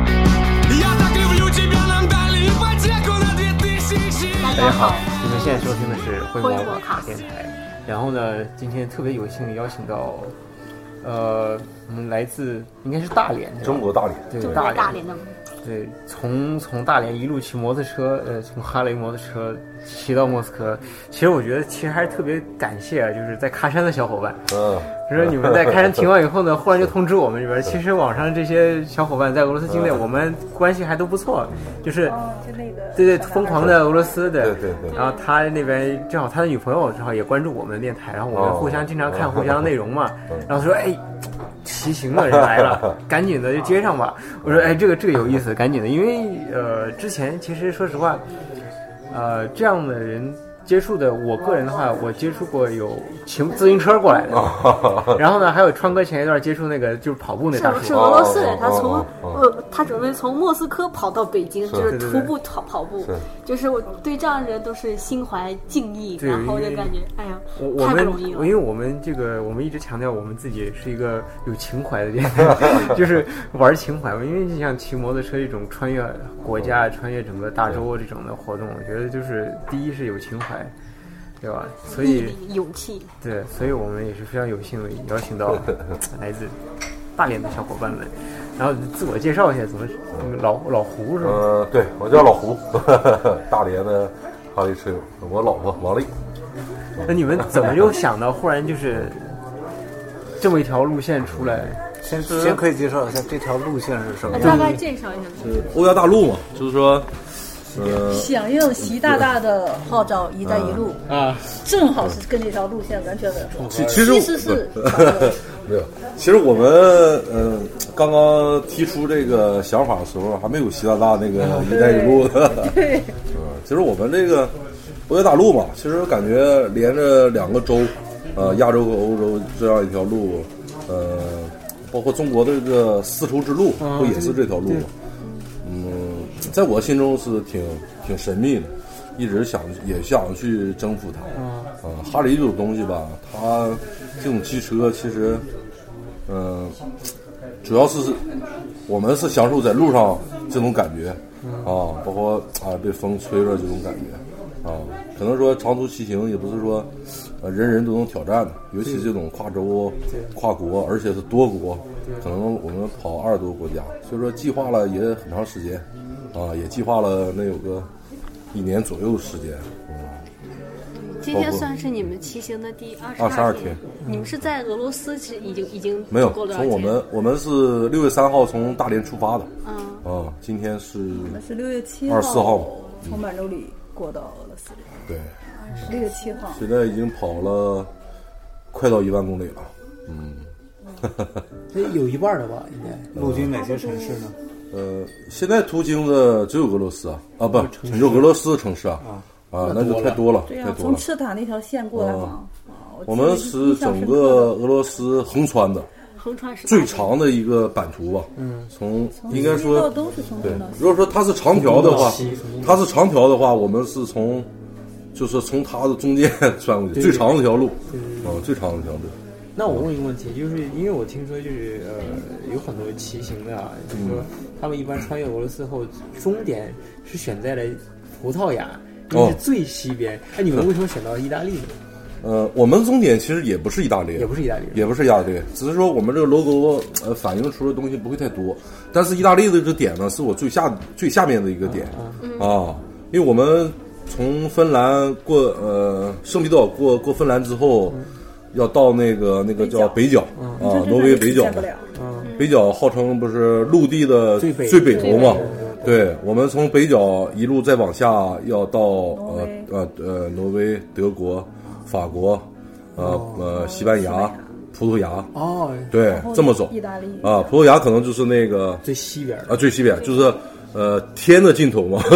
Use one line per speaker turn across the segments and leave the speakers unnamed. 哎
灰
灰
魔
魔
卡
Cast
电台。然后呢，今天特别有幸邀请到，呃，我们来自应该是大连，对吧
中国大连，
对
中国
大
大连的
对，从从大连一路骑摩托车，呃，从哈雷摩托车骑到莫斯科。其实我觉得，其实还是特别感谢，啊就是在喀山的小伙伴。
嗯，
就是你们在喀山停完以后呢，忽然就通知我们这边，其实网上这些小伙伴在俄罗斯境内，
嗯
我们关系还都不错，就是
哦，就那个
对对，疯狂的俄罗斯的，
对对对
然后他那边正好他的女朋友正好也关注我们的电台，然后我们
哦
互相经常看互相的内容嘛
嗯，
然后说哎。骑行的人来了， 赶紧的就接上吧。我说，哎，这个这个有意思，赶紧的，因为呃，之前其实说实话，呃，这样的人接触的，我个人的话，我接触过有骑自行车过来
哦
的， 然后呢，还有川哥前一段接触那个就是跑步那大
是是啊
叔，
俄罗斯人，他从
哦哦哦
呃，他准备从莫斯科跑到北京，就是是徒步跑跑步
是，
就是我对这样的人都是心怀敬意，
对
然后
因
就
为
感觉哎呀
我，我
太不
们
容易
因
了。
为我们这个我们一直强调我们自己是一个有情怀的电台，就是玩情怀嘛。因为就像骑摩托车这种穿越国家、穿越整个大洲这种的活动，我觉得就是第一是有情怀，对吧？所
毅
以
力、勇气，
对，所以我们也是非常有幸邀请到来自大连的小伙伴们。然后自我介绍一下，怎么嗯老老胡是吧？
呃，对我叫老胡， 大连的哈利车友，我老婆王丽，
那你们怎么就想到忽然就是这么一条路线出来？
先先可以介绍一下这条路线是什么
啊
样
大
的？
概介绍一下。
欧亚大陆嘛，就是说，
响应习大大的号召“一带一路”
啊，
正好是跟这条路线完全吻合。
其其实
其实是
没有，其实我们呃刚刚提出这个想法的时候，还没有习大大那个“一带一路”的。啊 对，其实我们这个欧亚大陆嘛，其实感觉连着两个洲，呃，亚洲和欧洲这样一条路，呃，包括中国的这个丝绸之路，不也是这条路吗？嗯，在我心中是挺挺神秘的，一直想也想去征服它。啊、哈雷这种东西吧，它这种机车其实，嗯、主要是我们是享受在路上这种感觉啊，包括啊被风吹着这种感觉啊，可能说长途骑行也不是说呃人人都能挑战的，尤其这种跨州、跨国，而且是多国，可能我们跑二十多个国家，所以说计划了也很长时间啊，也计划了那有个一年左右的时间，
今天算是你们骑行的第二十
22
天
天。
你们是在俄罗斯是已经已经
没有
过了多少
从我
天
们我们是六月三号从大连出发的
嗯
啊，今天是
是六月七
24号
从满洲里过到俄罗斯，
对。
六月七号。
现在已经跑了快到一万公里了，
那有一半的吧，应该陆军哪些城市呢？
呃，现在途经的只有俄罗斯啊，啊不，只有俄罗斯的城市啊，啊，那就太多了，
对
太
呀，
多
从
了。
赤塔那条线过来嘛。啊
我们是整个俄罗斯横穿的
横穿十八
最
天
长的一个版图吧，嗯，从应该
从西到
说
都是从
对啊
东到，西
如果说它是长条的话
从东到西从，
它是长条的话，我们是从就是从它的中间 穿过去，最长的一条路，啊，最长的一条路。
那我问一个问题，就是因为我听说就是呃有很多骑行的啊，就是说他们一般穿越俄罗斯后，终点是选在了葡萄牙，因为是
哦
最西边。哎、你们为什么选到意大利呢？
呃，我们终点其实也不是意大利，啊
也不是意大利人，
也不是意大利，只是说我们这个 logo 呃反映出的东西不会太多。但是意大利的这个点呢，是我最下最下面的一个点啊，因为我们从芬兰过呃圣彼得堡过过芬兰之后，要到那个那个叫北角啊，挪威北角
见不
嘛
了，
北角号称不是陆地的
最
最
北
北头嘛？对，我们从北角一路再往下，要到呃呃呃挪威、德国、法国，呃呃西班牙、葡萄牙，
哦，
对，这么走
意大利
啊。葡萄牙可能就是那个
最西边的。
啊最西边，就是呃天的尽头嘛，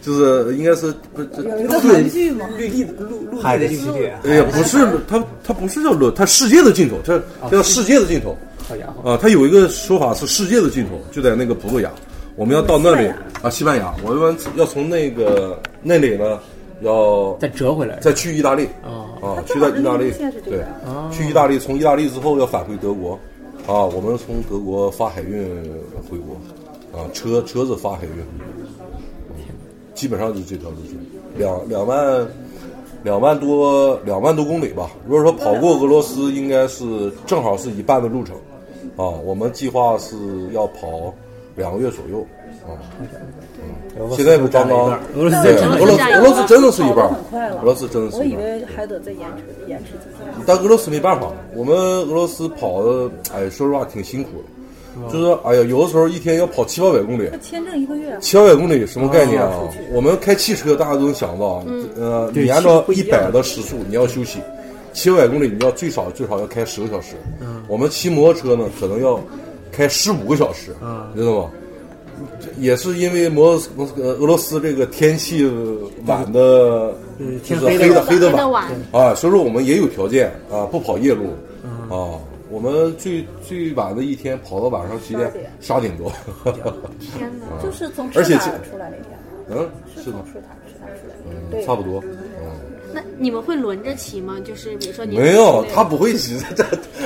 就是应该是不是
有一个韩剧嘛，
绿地陆陆
海
地
的
的
距
西
离
边，
也不是它它不是叫论，它世界的尽头，它它叫世界的尽头。
好家伙，
啊，它有一个说法是世界的尽头，就在那个葡萄牙。我们要到那里啊，西班牙，我们要从那个那里呢，要
再折回来，
再去意大利
它
啊，去
正好
到
是
意大利
路线是，这
对
样，
去意大利，从意大利之后要返回德国啊，我们从德国发海运回国啊，车车子嗯发海运，基本上就是这条路线，两两万两万多两万多公里吧。如果说跑过俄罗斯，应该是正好是一半的路程，啊，我们计划是要跑两个月左右，啊，嗯，现在不嗯刚刚
俄罗斯
对
在
俄
整
罗斯俄罗斯真的是一半
跑得很快了，
俄罗斯真的是
我
一
以
半。
为还得再延迟延迟几天。
但俄罗斯没办法，我们俄罗斯跑的，哎，说实话挺辛苦的，就是哎呀，有的时候一天要跑七八百公里，
签证一个月，啊
七八百公里什么概念啊？我们开汽车大家都能想到，呃，你按照一百的时速你要休息，七八百公里你要最少最少要开十个小时。我们骑摩托车呢，可能要开十五个小时，你知道吗？这也是因为摩托呃俄罗斯这个天气晚的，就是黑的黑的
黑的晚
啊，所以说我们也有条件啊，不跑夜路啊。我们最最晚的一天跑到晚上几点
八点？
八点多。
天哪！
就是从
啊而
赤
且
塔
这
出来那天，
嗯，是的
从。赤塔赤塔出来那天，
嗯，
对，
差不多。嗯，
那你们会轮着骑吗？就是比如说你
没有，他不会骑， 他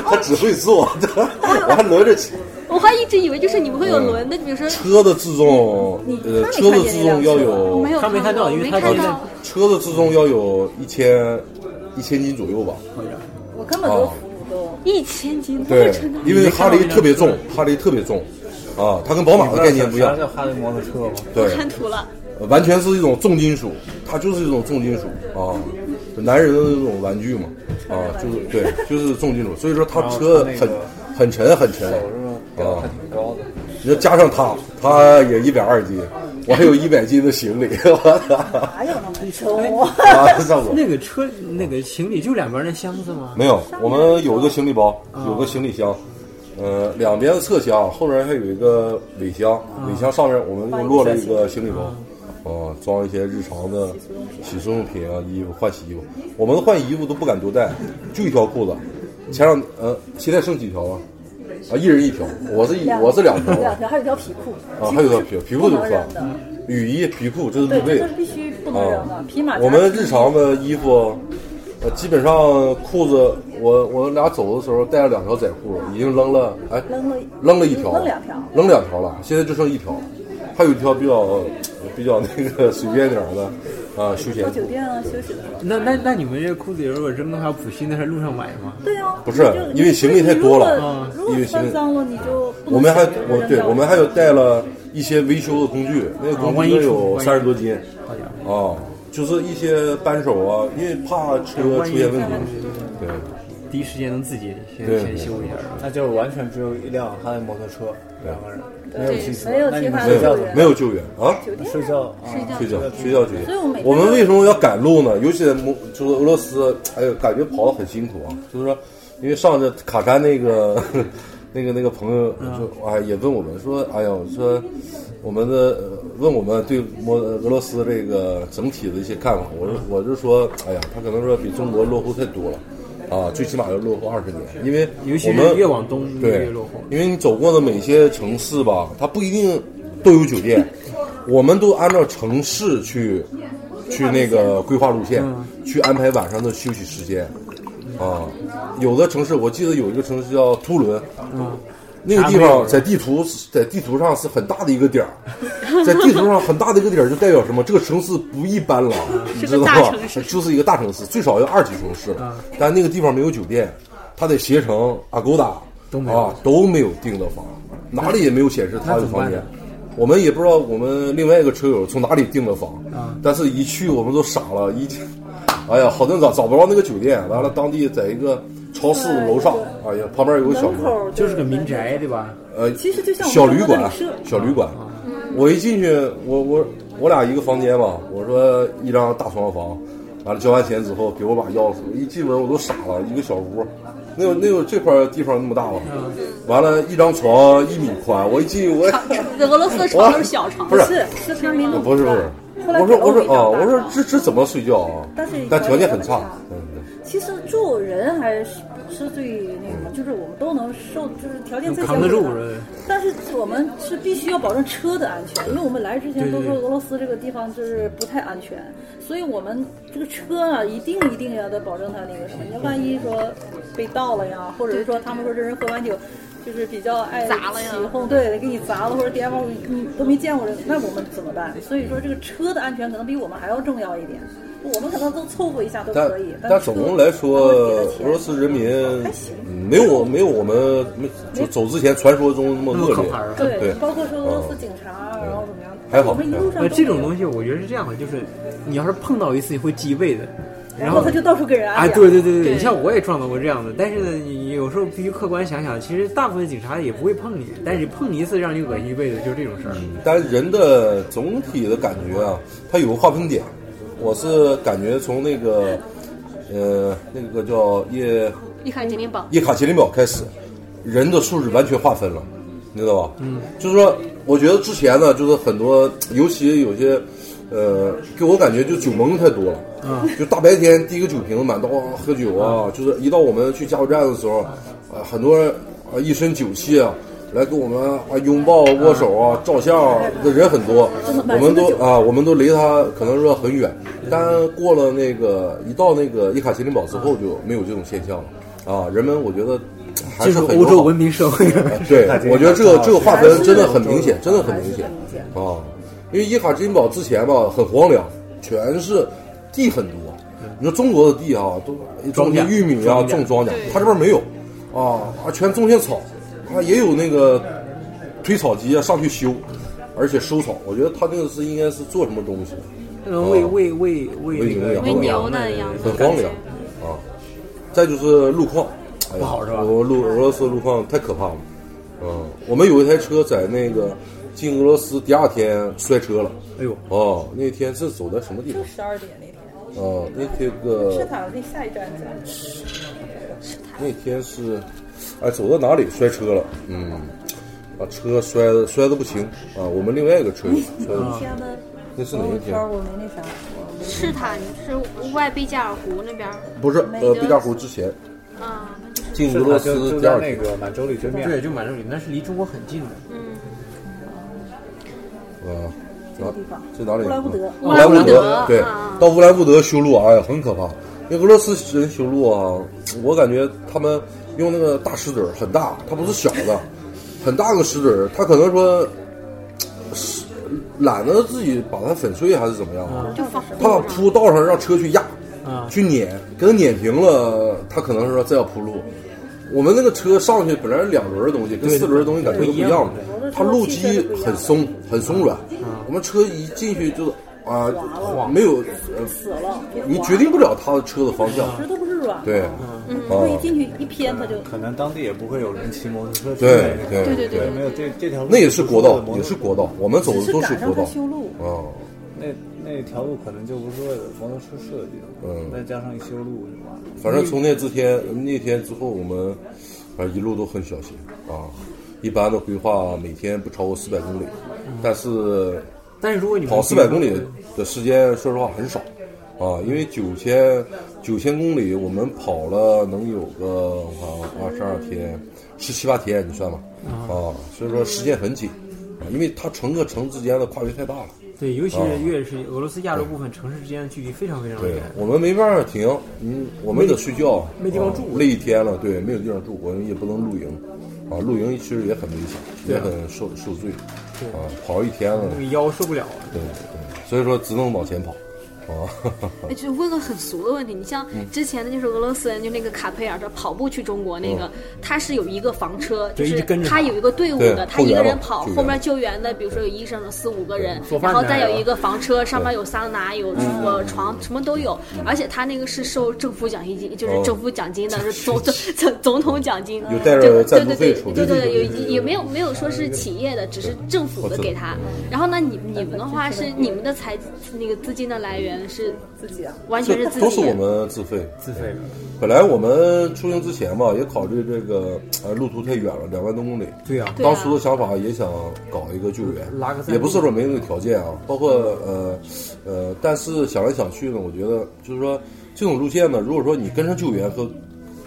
他只会坐， 我还轮着骑。
我还一直以为就是你们会有
嗯
轮的，比如说
车的自重，呃，车的自重要有，
没有
他没看
看
到因为
没
他
看
觉得
到。
车的自重要有一千一千斤左右吧。
我根本都
啊
服不动。
一千斤，不
对
是真的，
因为哈雷特别重，哈雷特别重，啊，它跟宝马的概念不一样
啥，叫哈雷摩托车吗？
对，
看图了。
呃完全是一种重金属，它就是一种重金属啊，男人的那种玩具嘛，啊，就是对，就是重金属，所以说它车
然后它那
很
个
很沉很沉
手是吗？吊得
啊
还。挺高的。
你要加上他，他也一百二斤，我还有一百斤的行李，
哪有那 么重？
啊，上我
哎那个车那个行李就两边那箱子吗？
没有，我们有一个行李包，
啊
有个行李箱，呃，两边的侧箱，后边还有一个尾箱，尾箱上面我们又落了一个行李包，啊，装一些日常的洗漱用品啊，衣服换洗衣服，我们换衣服都不敢多带，就一条裤子，前两呃，现在剩几条啊？啊，一人一条，我是一我是两条，
两条，还有一条皮裤。
啊，还有条皮皮裤
不
就
能
算
扔的
了，雨衣、皮裤这是必
对，
备
这
的
是。必须不能扔
啊
的。匹马，
嗯我们日常的衣服，呃，基本上裤子，我我俩走的时候带了两条窄裤，已经扔了，哎，
扔了
扔了一条，
扔两条
扔两条了，现在就剩一条，还有一条比较比较那个随便点儿的，啊，休闲
到
裤
酒，店啊休息的时候。
那那那你们这裤子如果扔的话，补新的是路上买吗？
对啊，
不是
你就
因为行李太多了嗯
你如果
因
如
为行李
果穿脏了，你就不能
我们还
洗就
我
扔
对
掉
我们还有带了一些维修的工具，那个
啊
工
万
具
一
应该
出
有
万一
三十多斤，
好家伙！
啊，就是一些扳手啊，因为怕车出现问题，对。
第一时间能自己先
对
先修一下。啊
那就是完全只有一辆哈雷摩托车，两个人没有汽车，
没有
那
其
你们
他
没
睡觉
有
怎么
没有救援啊！
办睡觉啊
睡觉
睡觉睡觉去。
所以我每天
我们为什么要赶路呢？尤其在摩，就是俄罗斯，哎呦，感觉跑得很辛苦啊。就是说，因为上次卡山那个 那个那个朋友
嗯
就哎也问我们说，哎呀，我说我们的呃问我们对摩俄罗斯这个整体的一些看法，我说我就说，哎呀，他可能说比中国落后太多了。啊，最起码要落后二十年，因为
尤其
我
是
们
越往东
对
越落后
因为你走过的每些城市吧，它不一定都有酒店，我们都按照城市去去那个规划路线，去安排晚上的休息时间。啊，有的城市我记得有一个城市叫图伦，那个地方在地图在地图上是很大的一个 点儿，在地图上很大的一个点儿就代表什么？这个城市不一般 了，你知道
大
吗
城？市
就是一个大城市，最少要二级城市
嗯
了。但那个地方没有酒店，它得携程、Agoda
都没有
啊都没有订到房，哪里也没有显示他
那
的房
怎么办
间
呢。
我们也不知道我们另外一个车友从哪里订的房，
嗯
但是一去我们都傻了，一， 哎呀，好顿找找不着那个酒店，完了当地在一个超市的楼上，哎呀，旁边有个小
门
门，
口
就是个民宅对吧？
呃，
其实就像我
小
们
旅
中国
馆啊
的旅社，
小旅馆。
嗯
我一进去，我我我俩一个房间嘛，我说一张大床房，完了交完钱之后给我把钥匙，我一进门我都傻了，一个小屋，那有那有这块地方那么大吗？
嗯
完了，一张床一米宽，我一进去我 也
俄罗斯的床都是小床，
不是啊
是是平民路，
不是不是，
后来
我说我说
给
啊，
欧美
我
找
说
到
这这怎么睡觉啊？
但是
但条件很
条件很
差
差，
嗯，对
其实住人还是不是最那什么，就是我们都能受，就是条件最
扛得住
艰苦的
是吧
但是我们是必须要保证车的安全，因为我们来之前都说俄罗斯这个地方就是不太安全，所以我们这个车啊，一定一定要得保证它那个什么，
嗯
你万一说被盗了呀，或者是说他们说这人喝完酒。就是比较爱
砸了呀
起哄，对，给你砸了或者颠覆，你都没见过人，那我们怎么办？所以说这个车的安全可能比我们还要重要一点。我们可能都凑合一下都
但
可以。
但总的来说，俄
俄
罗斯人民嗯
还行，
没有没有我们没就走之前传说中那么
那
恶
么可
劣
怕。是吧？
对，
对嗯
包括说俄罗斯警察，然后怎么样，
还好
我们一路上
呃，这种东
西，
西我觉得是这样的，就是你要是碰到一次，你会记一辈子。
然
后
哎后他就到处给人
啊，
安
对对对对，
对
你像我也撞到过这样的，但是呢，你有时候必须客观想想，其实大部分警察也不会碰你，但是碰你一次让你恶心一辈子，就是这种事儿。
但是人的总体的感觉啊，它有个划分点。我是感觉从那个呃那个叫叶
一看金陵堡，
叶卡捷琳堡开始，人的素质完全划分了，你知道吧？嗯，就是说，我觉得之前呢，就是很多，尤其有些，呃，给我感觉就酒蒙太多了。嗯，就大白天提个酒瓶子满道啊喝酒啊，就是一到我们去加油站的时候，呃，很多人啊一身酒气啊。来跟我们啊拥抱握手啊照相啊，那人很多，我们都啊我们都离他可能说很远，但过了那个一到那个伊卡捷琳堡之后就没有这种现象了啊，人们我觉得还
这
是
是
很
欧
友
洲
好啊
文明社会，
对
卡捷，琳
我觉得
堡
这个
啊
这个划分真的很明显，
还是
真的很明显
还是很明显
啊！因为伊卡捷琳堡之前吧很荒凉，全是地很多。你说中国的地啊，都种些
嗯庄稼
玉米啊，
庄稼
种庄稼
对，
他这边没有啊啊，全种些草，啊也有那个推草机啊上去修，而且收草。我觉得他那个是应该是做什么东西，哦
嗯，为为为为那个
喂
喂
牛
牛
呢
呢羊
很
呢，
荒凉啊。再就是路况，哎呀
不好是吧
我路俄罗斯路况太可怕了，嗯，我们有一台车在那个进俄罗斯第二天摔车了，
哎呦，
哦，那天是走在什么地方
就？十二点那天，
哦，那天
赤
个
塔那下一站讲，
那天是，哎，走到哪里摔车了？嗯，把车摔的摔的不行啊！我们另外一个车也摔的不行，
天呢，
那是哪
朋
一
友
天
圈？我没那啥，我没
赤塔是外贝加尔湖那边儿，
不是，呃，贝加湖之前
啊，那就是
进俄
是
罗
它就
斯
就
第
在
二
那
天，
个满洲里对面，
对，就满洲里，那是离中国很近的。
嗯，
嗯，
这个地方
这哪里？啊
乌兰布德
乌兰布
乌兰布德
对
啊，
到乌兰布德修路，哎呀，很可怕。因为俄罗斯人修路啊，我感觉他们用那个大石子儿，很大，它不是小的，很大个石子儿，他可能说是懒得自己把它粉碎还是怎么样啊？
就放
他把铺道上让车去压，
啊
去碾，给它碾平了，他可能是说再要铺路。我们那个车上去本来是两轮的东西，跟四轮的东西感觉都不一样的
对，啊
它路基很松很松软。我们车一进去就啊，没有，呃
死了，
你决定不了他的车的方向。
这都不是软的，
对，
我一
啊，
进去一偏他就
可能当地也不会有人骑摩托车去
对
那
对
个。
对
对，没有这这条路
那也是国道
不，
也
是
是国道，我们走
只
的
是
都是
赶上
国
他
道。
修路，
啊，
那那条路可能就不是为了摩托车设计的，
嗯
再加上一修路就完了。
反正从那之天那天之后，我们反正一路都很小心啊。一般的规划每天不超过四百公里，但是
但是如果你们
跑四百公里的时间，说实话很少啊，因为九千九千公里，我们跑了能有个我看二十二天，十七八天，你算吧啊，所以说时间很紧啊，因为它城和城之间的跨越太大了，
对，尤其是越是俄罗斯亚洲部分城市之间的距离非常非常
对
远。
我们没办法停，嗯，我们得睡觉，
没地方
啊
住
累一天了，对，没有地方住，我们也不能露营啊，露营其实也很危险，也很受受罪啊，跑一天了，
那个腰受不了啊，
对，对所以说只能往前跑啊。
哎，就问个很俗的问题，你像
嗯
之前的就是俄罗斯人，就那个卡佩尔，他跑步去中国那个，他是有一个房车，就
对一
是
直跟着
他
他
有一个队伍
嗯对
的，他
后
一
援
个
嘛
人跑，
救援
后面救援的，比如说有医生有四五个人
做，饭
然
的
后再有一个房车，上面有桑拿、有
嗯
我床，什么都有，而且他那个是受政府奖学金，就是
哦
政府奖金的，是总总总总统奖金，
有带着
对
赞
对
助
对
费
对
出
对
的
对，有也没有没有说是企业的，只是政府的给他。
嗯
然后呢，你你们的话是你们的财那个资金的来源是
自己啊，
完全是自己
都是我们自费。
自费的。
本来我们出行之前吧，也考虑这个，呃，路途太远了，两万多公里。
对啊，
对啊
当初的想法也想搞一个救援，
拉个赞助
也不是说没那个条件啊，包括呃呃，但是想来想去呢，我觉得就是说这种路线呢，如果说你跟上救援和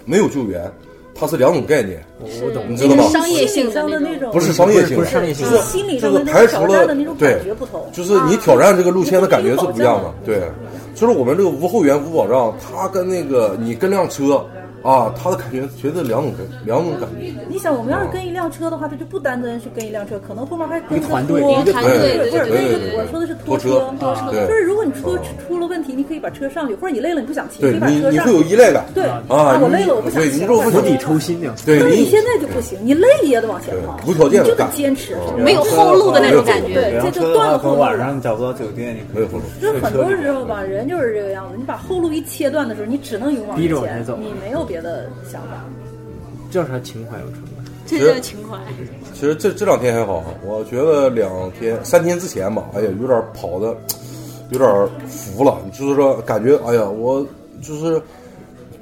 没有救援，它是两种概念，
我我懂。
你知道吗？
商业性
上的
的
那
那
种
不是商业性的，
不是商业性的
就是
心理
这
上
个
的那
排
种
除
挑
了
战的那种
对
感觉不同，啊
就是你挑战这个路线的感觉是不一样的。对，就是我们这个无后援、无保障，它跟那个你跟辆车，啊，它的感觉绝对两种感两种感觉，
你想，我们要
哦
是跟一辆车的话，它就不单单是跟一辆车，可能后面还跟
一团队
拖
一个
团
不是
队
不是
对对
跟一
对
个我说的是
拖
车
车，
拖
对
就是如果你出出了问题，你可以把车上去，或者你累了你不想骑，可
哦对
以把
你
车
你
上
会有
去。
依赖感，
对
啊，
我
你
累了我不想
对，
骑
你如果不
了
釜
想
底抽薪呢。
对
但是
你
你现在就不行，你累也得往前跑，
对无条件地
你就得
干哦
坚持，真的
没有后路的那种感觉。
对
然后
这
车
就
的
断
话，
了
可
后
能
路
晚上找不到酒店，你可
没有
以
后路。
就是很多时候吧，人就是这个样子。你把后路一切断的时候，你只能勇往
逼
直
着往前
前
走，
你没有别的想法。
叫啥情怀？我说吧
这就是情怀。
其实这这两天还好，我觉得两天三天之前吧，哎呀，有点跑的，有点服了，就是说感觉，哎呀，我就是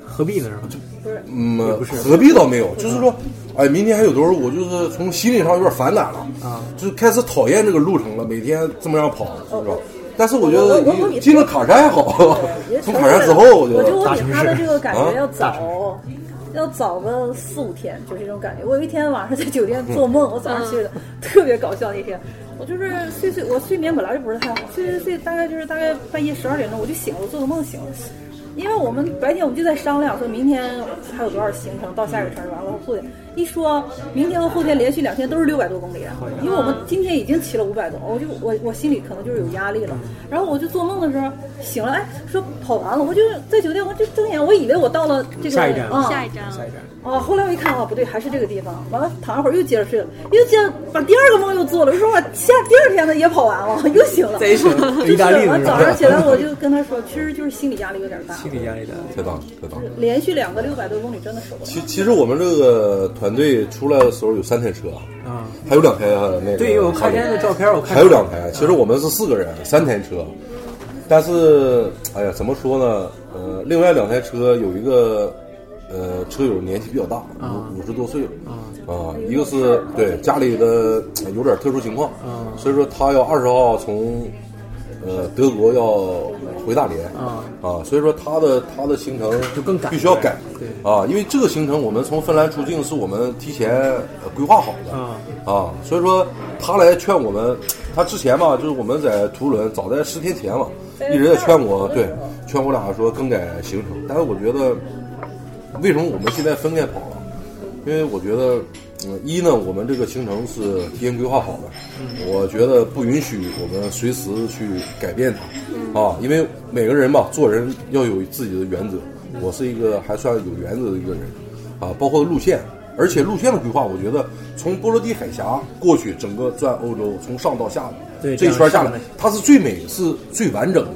何必呢？是吧？
嗯，何必倒没有，就是说，哎，明天还有多少，我就是从心理上有点反感了，
啊，
就是开始讨厌这个路程了，每天这么样跑，是吧？但是我觉
我我我
得
比
进了卡山还好
也，
从卡山之后，我觉啊
我觉得
得
我比他的这个感觉要
大
早，要早个四五天，就是这种感觉。我有一天晚上在酒店做梦，我早上去的， 特别搞笑那天。我就是睡睡，我睡眠本来就不是太好，睡睡睡，大概就是大概半夜十二点钟我就醒了，我做个梦醒了。因为我们白天我们就在商量说，明天还有多少行程到下一个城市，完了后天一说，明天和后天连续两天都是六百多公里，啊因为我们今天已经骑了五百多，我就我我心里可能就是有压力了。然后我就做梦的时候醒了，哎，说跑完了，我就在酒店，我就睁眼，我以为我到了这个
下一站
啊、
下一张，
下一站，
啊，后来我一看啊，不对，还是这个地方。完了，躺一会儿又接着睡了，又接着把第二个梦又做了。我说我下第二天的也跑完了， 又醒了。
贼神，
就
意大利
是
的
完
是
早上
吧？
起来我就跟他说，其实就是心理压力有点大，
心理压力大。
太大了，太大了。
连续两个六百多公里真的受不了。
其其实我们这个团队出来的时候有三台车，
啊，
还有两台那个，
对，因为我看人家的照片，我看
还有两台。其实我们是四个人，三台车，但是哎呀，怎么说呢？呃，另外两台车有一个呃车友年纪比较大，五五十多岁了啊，一个是对家里的呃有点特殊情况，
啊
所以说他要二十号从。呃，德国要回大连
啊
所以说他的他的行程
就更赶
必须要改
对
啊，因为这个行程我们从芬兰出境是我们提前呃规划好的
啊
啊，所以说他来劝我们，他之前嘛，就是我们在图伦，早在十天前嘛，一直在劝我，对，劝我俩说更改行程，但是我觉得为什么我们现在分开跑了？因为我觉得，嗯，一呢，我们这个行程是提前规划好的，我觉得不允许我们随时去改变它，啊，因为每个人吧，做人要有自己的原则。我是一个还算有原则的一个人，啊，包括路线，而且路线的规划，我觉得从波罗的海峡过去，整个转欧洲，从上到下
对
这一圈下
这样上
来
来，
它是最美、是最完整的。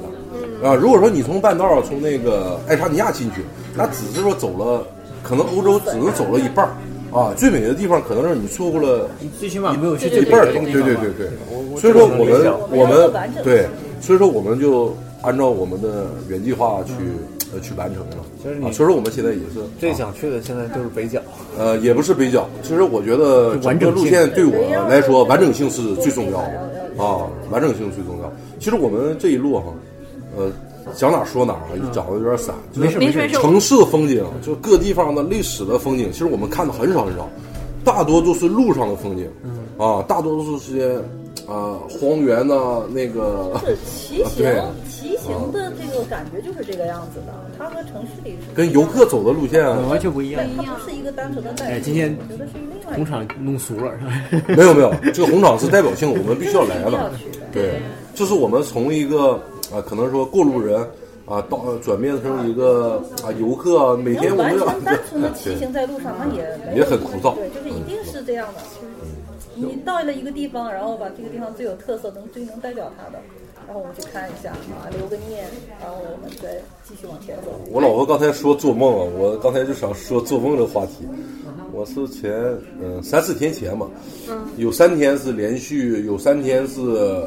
啊，如果说你从半道儿从那个爱沙尼亚进去，那只是说走了，可能欧洲只能走了一半儿啊。最美的地方可能让你错过了
最起码没有去
一
最
半儿，
北
对
的地
对
方
对
吧
对对。所以说我
这
们
个
我
我
们要
们
完整
对，所以说我们就按照我们的原计划去呃去完成了。
其实你
啊，所以说我们现在也是啊
最想去的现在就是北角，
呃，也不是北角。其实我觉得
就完
整
整性
个路线对我来说，完整性是最重要的啊，完整性最重要。其实我们这一路哈，呃，讲哪说哪啊，讲的有点散，就
没事
是
没
没
事，
事，是我
城市的风景，就是各地方的历史的风景，其实我们看的很少很少，大多都是路上的风景，
嗯
啊，大多都是些呃荒原呐、那个
是骑
啊
行
对，
骑行的这个感觉就是这个样子的，它和城市里 是
跟游客走的路线啊
完全不一样。
它不是一个单纯的代
哎
替。
今天
我觉得是另外一
工
个。
厂弄俗了，
没有没有，这个红场是代表性，我 们必须要来的
这是一定要去的。
对，就是我们从一个啊、呃可能说过路人啊，到转变成一个啊、游客啊，每
你要
天我
完
们要
全 单纯的骑行
对
在路上，那也没有
也很枯燥嗯
对，就是一定是这样的。就是你到了一个地方，然后把这个地方最有特色、能最能代表它的，然后我们去看一下啊，留个念，然后我们再继续往前走。
我老婆刚才说做梦啊，我刚才就想说做梦这个话题。我是前嗯三四天前吧，有三天是连续，有三天是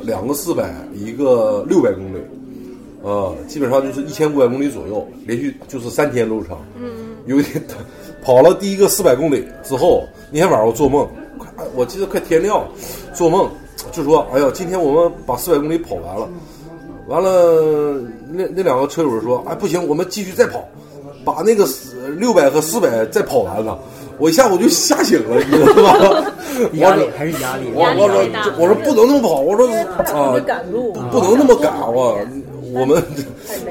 两个四百，一个六百公里，啊、基本上就是一千五百公里左右，连续就是三天路程。嗯，有一天 跑了第一个四百公里之后，那天晚上我做梦，快我记得快天亮，做梦就说哎呀，今天我们把四百公里跑完了。完了，那那两个车友说：“哎，不行，我们继续再跑，把那个六百和四百再跑完了。”我一下我就吓醒了，你知道吗？
压力还是压力。
我我
压
说
力太大
我说不能那么跑，我说
因为他赶不
啊
是赶路，
不能那么赶我，啊我们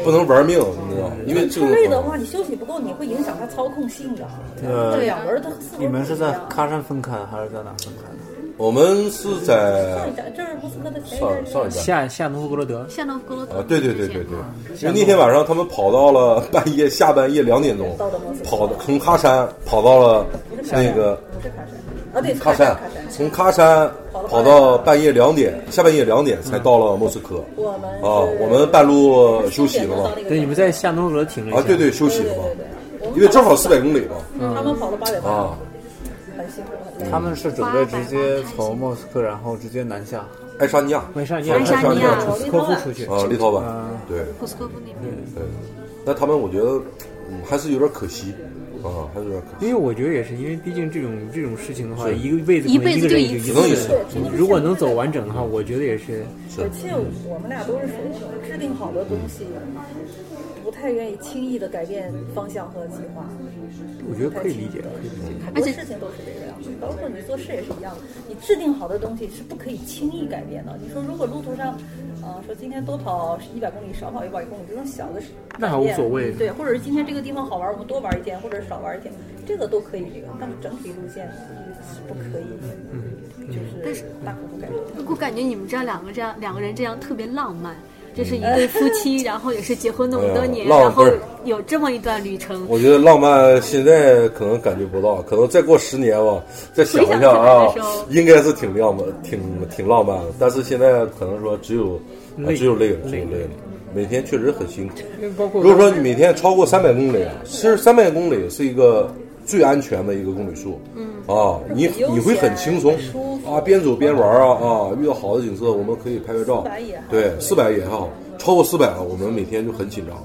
不能玩命，你知道吗？因为这
太
个
累的话，你休息不够，你会影响它操控性的。
呃
这两个人都似乎
你们是在
不一样
喀山分开还是在哪分开的？
我们是在
上一站，这是莫斯科的前一
上
站。
上一站。
夏夏诺夫格罗德，
夏诺夫格罗德
啊，对对对对对，因为那天晚上他们跑到了半夜下半夜两点钟
到了莫斯，科
跑的从喀山跑到了那个
不是喀山，啊对，
喀
山
山，从喀山跑到半夜两点，下半夜两点才到了莫斯科。
我们是
啊，我们半路呃休息了嘛？
对，你们在夏诺夫格罗德停了一下。
啊，对对，休息
对
了嘛
对对，对，
因为正好四百公里嘛。
里，他们跑了八百八，
啊，
很辛苦很累。
他们是准备直接从莫斯科，然后直接南下。
爱沙尼亚
没事，你
爱沙尼亚
楚斯科夫出去。
啊，立陶宛，对
库斯科夫那边。
对。那他们我觉得，嗯，还是有点可惜啊，还是有点可惜。
因为我觉得也是，因为毕竟这种这种事情的话，
是
一个辈子
一
可能
辈子
一个人
就
也
一
就
次
一
只能
次
一，
如果能走完整的话，我觉得也是。
而且我们俩都是属于那种制定好的东西，不太愿意轻易的改变方向和计划。
我觉得可以理解，可以理解。
很多事情都是这个样子，包括你做事也是一样的。你制定好的东西是不可以轻易改变的。你说如果路途上，呃，说今天多跑一百公里，少跑一百公里，这种小的事，
那无所谓
对，或者是今天这个地方好玩，我们多玩一天，或者是少玩一天，这个都可以那个，但是整体路线是不可以，
嗯
就是大幅度改动。
我感觉你们这样两个这样两个人这样特别浪漫，就是
嗯
一对夫妻，然后也是结婚那么多年，
哎呀
然后
浪漫
有这么一段旅程。
我觉得浪漫现在可能感觉不到，可能再过十年吧，再想一下啊
回想起来的时候，
应该是挺浪漫，挺挺浪漫的。但是现在可能说只有、啊
累
只有累了，只
累
有累了。每天确实很辛苦。
因为包括
如果说你每天超过三百公里，其实三百公里是一个最安全的一个公里数。嗯啊，你
很悠闲
你会很轻松
很舒服
啊，边走边玩啊啊，遇到好的景色我们可以拍拍照
400也好。
对，四百也好，超过四百了，我们每天就很紧张了。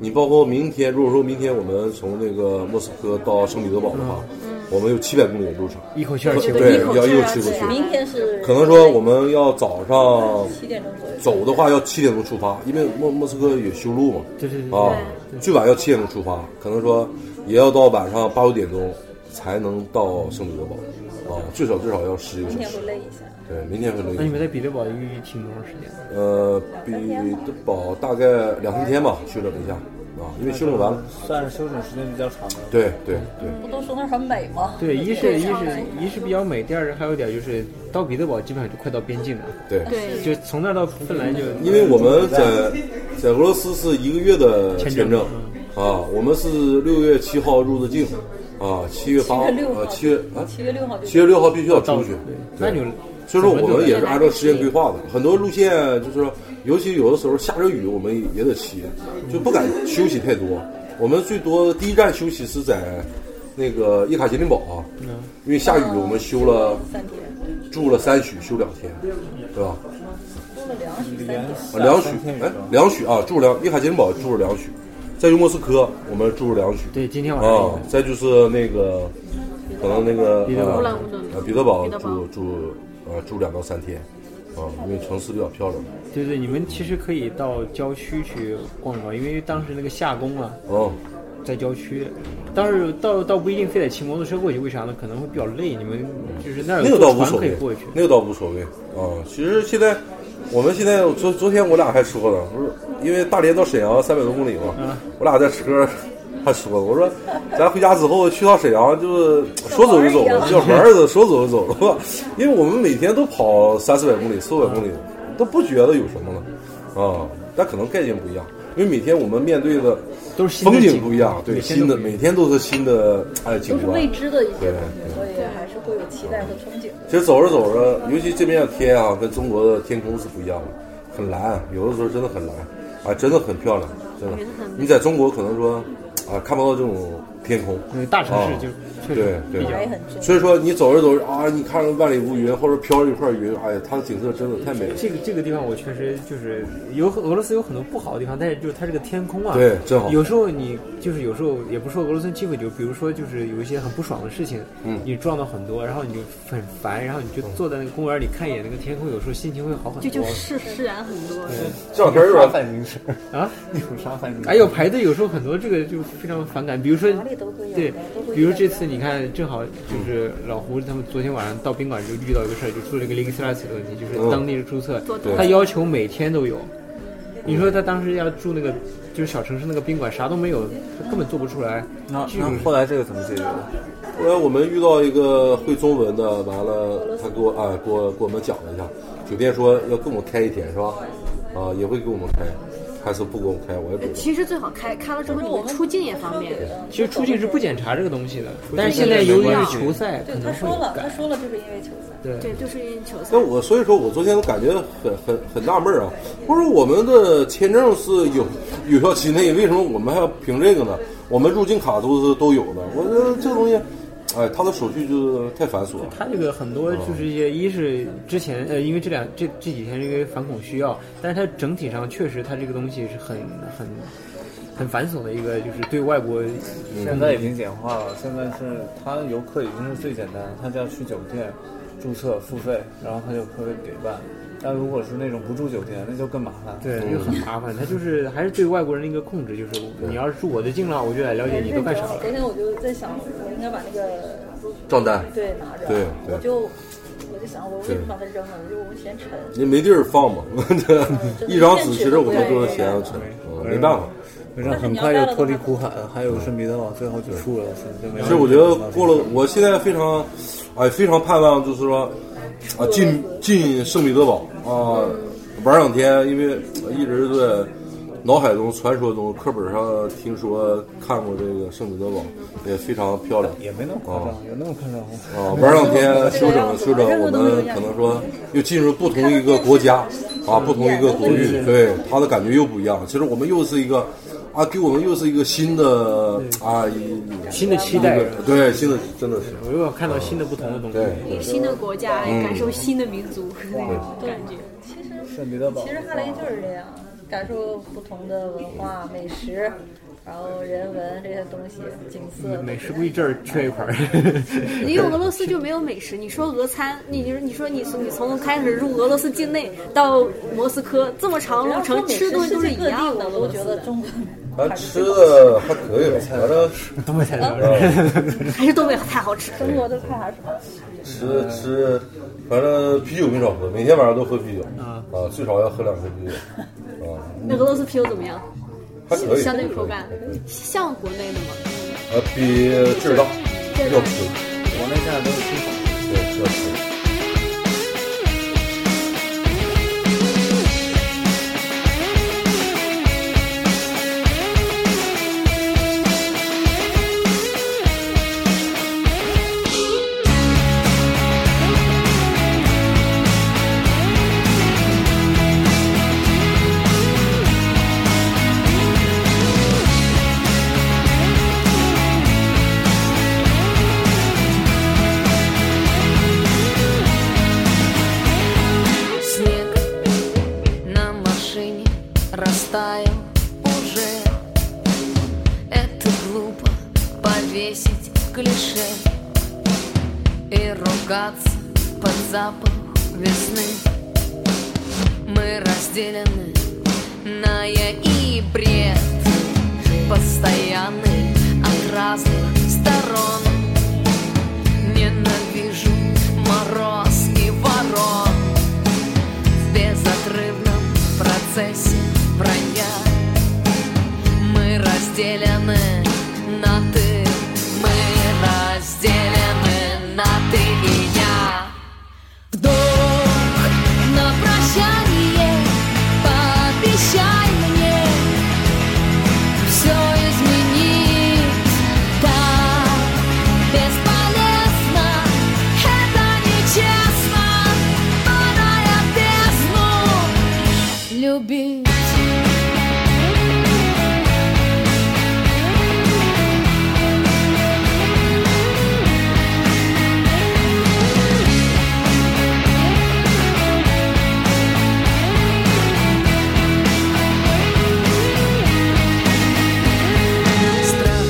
你包括明天，如果说明天我们从那个莫斯科到圣彼得堡的话，
嗯
我们有七百公里的路程，
一口气儿去，
对
一，口气儿
要又
啊
吃过
对
去
啊。
明天是
可能说我们要早上
七点钟左右
走的话要七点钟出发，因为莫莫斯科也修路嘛，
对对对
啊，最晚要七点钟出发，可能说也要到晚上八九点钟才能到圣彼得堡，啊，最少最少要十一个小
明天
时
会。累一下。
对，明天会
那你
累。
们在彼得堡预计停多长时间？
呃，彼得堡大概两三天吧，休整一下啊，因为休整完了，
算是休整时间比较长的。
对对对，
不都说那儿很美吗？
对，一是一是一是比较美，第二是还有一点就是到彼得堡基本上就快到边境了，
对，
对，
就从那儿到芬兰就
因为我们在在俄罗斯是一个月的
签
签
证嗯
证啊，我们是六月七号入的境啊，七月八号
七月六号
呃七月啊
七月六号就
七月六号必须要出去
对，那就
所以说我们也是按照时间规划的，很多路线就是说，尤其有的时候下着雨，我们也得骑，就不敢休息太多。我们最多第一站休息是在那个叶卡捷琳堡啊，
嗯
因为下雨我们休了
三天，
住了三宿，休两天，对吧？
多了两宿三
啊，两
天。
宿，哎，两宿啊，住了两叶卡捷琳堡住了两宿，再去莫斯科我们住了两宿，
对，今天晚上
啊，再就是那个可能那个
彼得堡
呃
乌
兰乌兰
呃彼得堡
彼得堡
住住呃住两到三天，啊，因为城市比较漂亮，
对对，你们其实可以到郊区去逛一逛，因为当时那个夏宫啊，
哦，
在郊区，当时倒倒不一定非得骑摩托车过去，为啥呢？可能会比较累。你们就是那儿
那个
有
倒
坐
无
船
所
可以
谓
过去，，
那个倒无所谓啊。其实现在我们现在昨昨天我俩还说呢，不是因为大连到沈阳三百多公里
嗯
嘛，我俩在车。还说呢，我说咱回家之后去趟沈阳，就是说走就走了，要玩儿的说走就走了，因为我们每天都跑三四百公里、四五百公里，都不觉得有什么了啊。但可能概念不一样，因为每天我们面对的
都是新的
风景
景
不一样，对
每天
新
都
的
不一
每天都是新的哎景
都是
观，
未知的一些
对
东西，所以还是会有期待和憧憬的。
其实走着走着，尤其这边的天啊，跟中国的天空是不一样的，很蓝，有的时候真的很蓝，啊，真的很漂亮，真的
云很。美
你在中国可能说，啊，看不到这种天空，
嗯大城市就
啊
确
对
实
对
比较
还。很真，
所以说你走着走着啊，你看着万里无云，或者飘着一块云，哎呀，它的景色真的太美了。
这个这个地方我确实就是有俄罗斯有很多不好的地方，但是就是它这个天空啊，
对真好
有时候你就是有时候也不是说俄罗斯欺负你，就比如说就是有一些很不爽的事情，嗯，你撞到很多，然后你就很烦，然后你就
嗯
坐在那个公园里看一眼那个天空，有时候心情会好很
就
多
就释释然很多。
这两天有
啥
点，
反应是？
啊。
有啥反应？
哎呦，排队有时候很多，这个就非常反感。比如说
哪里都会有，的
对
都会，
比如
遇到
这次你看，正好就是老胡他们昨天晚上到宾馆就遇到一个事儿，就出了一个 l e g i s l a t i 的问题，就是当地的注册
做注，
他要求每天都有，你说他当时要住那个就是小城市那个宾馆，啥都没有，他根本做不出来。
那
这种
那后来这个怎么解决的？
后来我们遇到一个会中文的，完了他给我啊给我给我们讲了一下，酒店说要跟我们开一天是吧？啊，也会给我们开，还是不给我们开，我也不知道。
其实最好开开了之后，你们出境也方便。
其实出境是不检查这个东西的，但是现在由于球赛可
对，他
能
说了，
会
他
改。
说了，就是因为球赛。
对
对，就是因为球赛
那。我所以说我昨天感觉很很很纳闷啊，不是我们的签证是有有效期内，为什么我们还要凭这个呢？我们入境卡都是都有的，我觉得这东西，哎，他的手续就是太繁琐了。
他这个很多就是一些，一是之前呃，因为这两这这几天这个反恐需要，但是它整体上确实它这个东西是很很很繁琐的一个，就是对外国
现在已经简化了，现在是他游客已经是最简单，他只要去酒店注册付费，然后他就可以给办。但如果是那种不住酒店，那就更麻烦。
对就很麻嗯烦。他就是还是对外国人的一个控制，就是你要是住我的境了，我就得了解你都干啥了
昨。天我就在想，我应该把那个
账单
对拿着，
对对
我就我就想，我为什么把它扔了？就我们嫌沉。
您没地儿放嘛， 一张纸其实我们多少钱啊？嗯没办法。
反正很快就脱离苦海，还有是米德堡最后就输了，所以就没有。
其实我觉得过了，我现在非常，哎，非常盼望就是说，啊，进进圣彼得堡啊，玩两天，因为呃一直在脑海中、传说中、课本上听说看过这个圣彼得堡，也非常漂亮。
也没那么夸张，有那么夸张吗？
啊，玩两天休整休整，我们可能说又进入不同一个国家啊，不同一个国域，对他的感觉又不一样。其实我们又是一个啊，给我们又是一个新的啊，一
新的期待，
对新的真的是。
我又要看到新的不同的东西。
对，嗯
新的国家，感受新的民族那种感觉。
其实
圣彼得堡
其实哈雷就是这样，感受不同的文化、美食，然后人文这些东西，景色。
美食不一阵儿缺一块儿，
因为俄罗斯就没有美食，你说俄餐，你就是你说你从你从开始入俄罗斯境内到莫斯科这么长路程，吃东西都是一样的。
我
俄
都
罗
觉
斯
得
的
中国
咱啊吃的还可以吧，反正
东北菜 都是。
还是东北菜好吃。
中国的菜还是什么？
吃吃，反正啤酒没少喝，每天晚上都喝啤酒，啊，最少要喝两瓶啤酒，啊，
那俄罗斯啤酒怎么样？
还可以，
相对口感像国内的吗？
呃，比劲儿大，要吃，
国内现在都是拼房。
对，要吃。
Снег на машине растаял уже Это глупо повесить клише И ругаться под запах весны Мы разделены на я и бред Постоянный от разных сторон Ненавижу мороз и ворон в безотрывном процессе броня Мы разделены на ты Мы разделены на ты и я Вдох на прощание Пообещай мне Все изменить так бесполезно Это нечестно Падая в бездну любить. Страх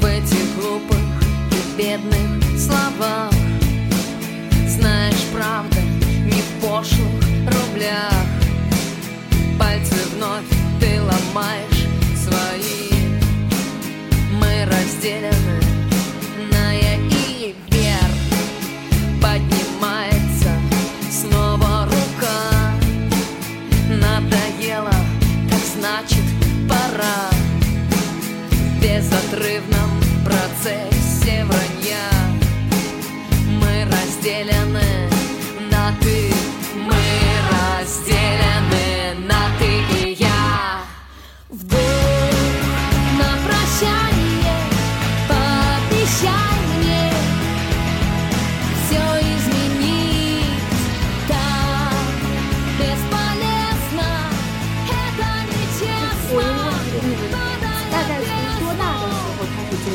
в этих глупых и бедных словах Знаешь, правда не в пошлых рублях Пальцы вновь ты ломаешь свои Мы разделены на я и вверх Поднимается снова рука Надоело разделены на ты, мы разделены на ты и я. Вдох на прощание, пообещай мне все изменить. Так бесполезно, это
我应
нечестно.
该是你们大概
Подай
从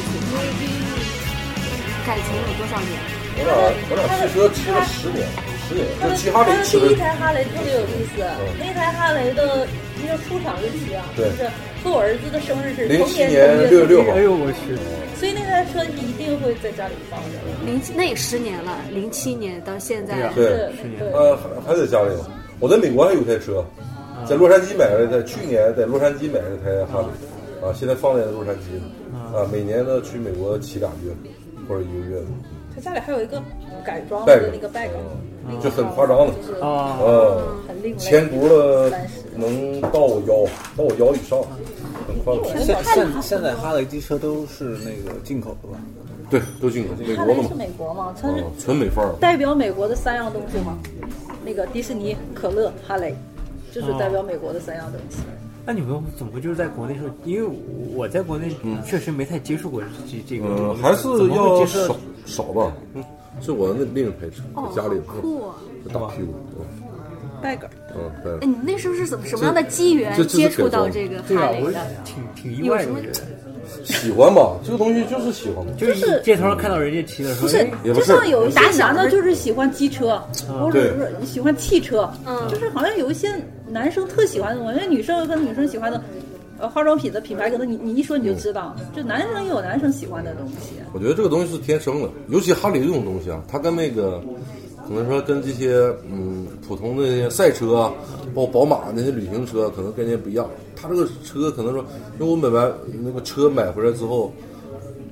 без
多大的时候开始接触他们？感情有多少年？
我俩我俩汽车吃了十年，十年就骑哈雷
他
吃
的第一
的，
台哈雷特别有意思，那台哈雷的一个出厂日期啊，就
对
是和我儿子的生日是同
07
年同
年
月
6月
同
6
日
号
哎呦我去，
所以那台车一定会在家里放着。
零七那也十年了，零七年到现在，
呀
对，
是对，
呃，还还在家里吗？我在美国还有一台车，在洛杉矶买的，在去年在洛杉矶买的台哈雷，啊，现在放在洛杉矶呢，啊，每年呢去美国骑俩月或者一个月，
他家里还有一个改装
带
的
着
那个 bag，
嗯就很夸张的，
就是
啊，
啊，
很另类。
前轱辘能到我腰，到我腰以上，很夸张，
现现现在哈雷机车都是那个进口的吧？
对，都进口，美
哈
国
雷
的
是
嘛，
美国吗？它
啊
是，
纯美范儿。
代表美国的三样东西吗？那个迪士尼、可乐、哈雷，就是代表美国的三样东西。
那你们怎么会就是在国内时候？因为我在国内确实没太接触过这这个，
呃，嗯还是
怎么会
要
接触
少
到
少吧。嗯，是我那另一台车，
哦
我家里
好酷啊
这大屁股，
bag 儿
嗯嗯，对
哎，你那时候是怎么什么样的机缘
这这
接触到这
这
个
对
哈
啊，
雷
我
的？
挺挺意
有
外
什
的，
么
我觉得，
喜欢吧，这个东西就是喜欢嘛。
就是一街头上看到人家骑的时候，
是
哎，
也
就
不是啊
像有一些
打小
男的就是喜欢机车，或者是喜欢汽车，
嗯
就是好像有一些男生特喜欢的，我觉得女生跟女生喜欢的，呃，化妆品的品牌，可能你你一说你就知
嗯
道，就男生也有男生喜欢的东西。
我觉得这个东西是天生的，尤其哈雷这种东西啊，它跟那个可能说跟这些嗯普通的那些赛车啊，包括宝马那些旅行车，啊可能概念不一样。它这个车可能说，因为我买完那个车买回来之后，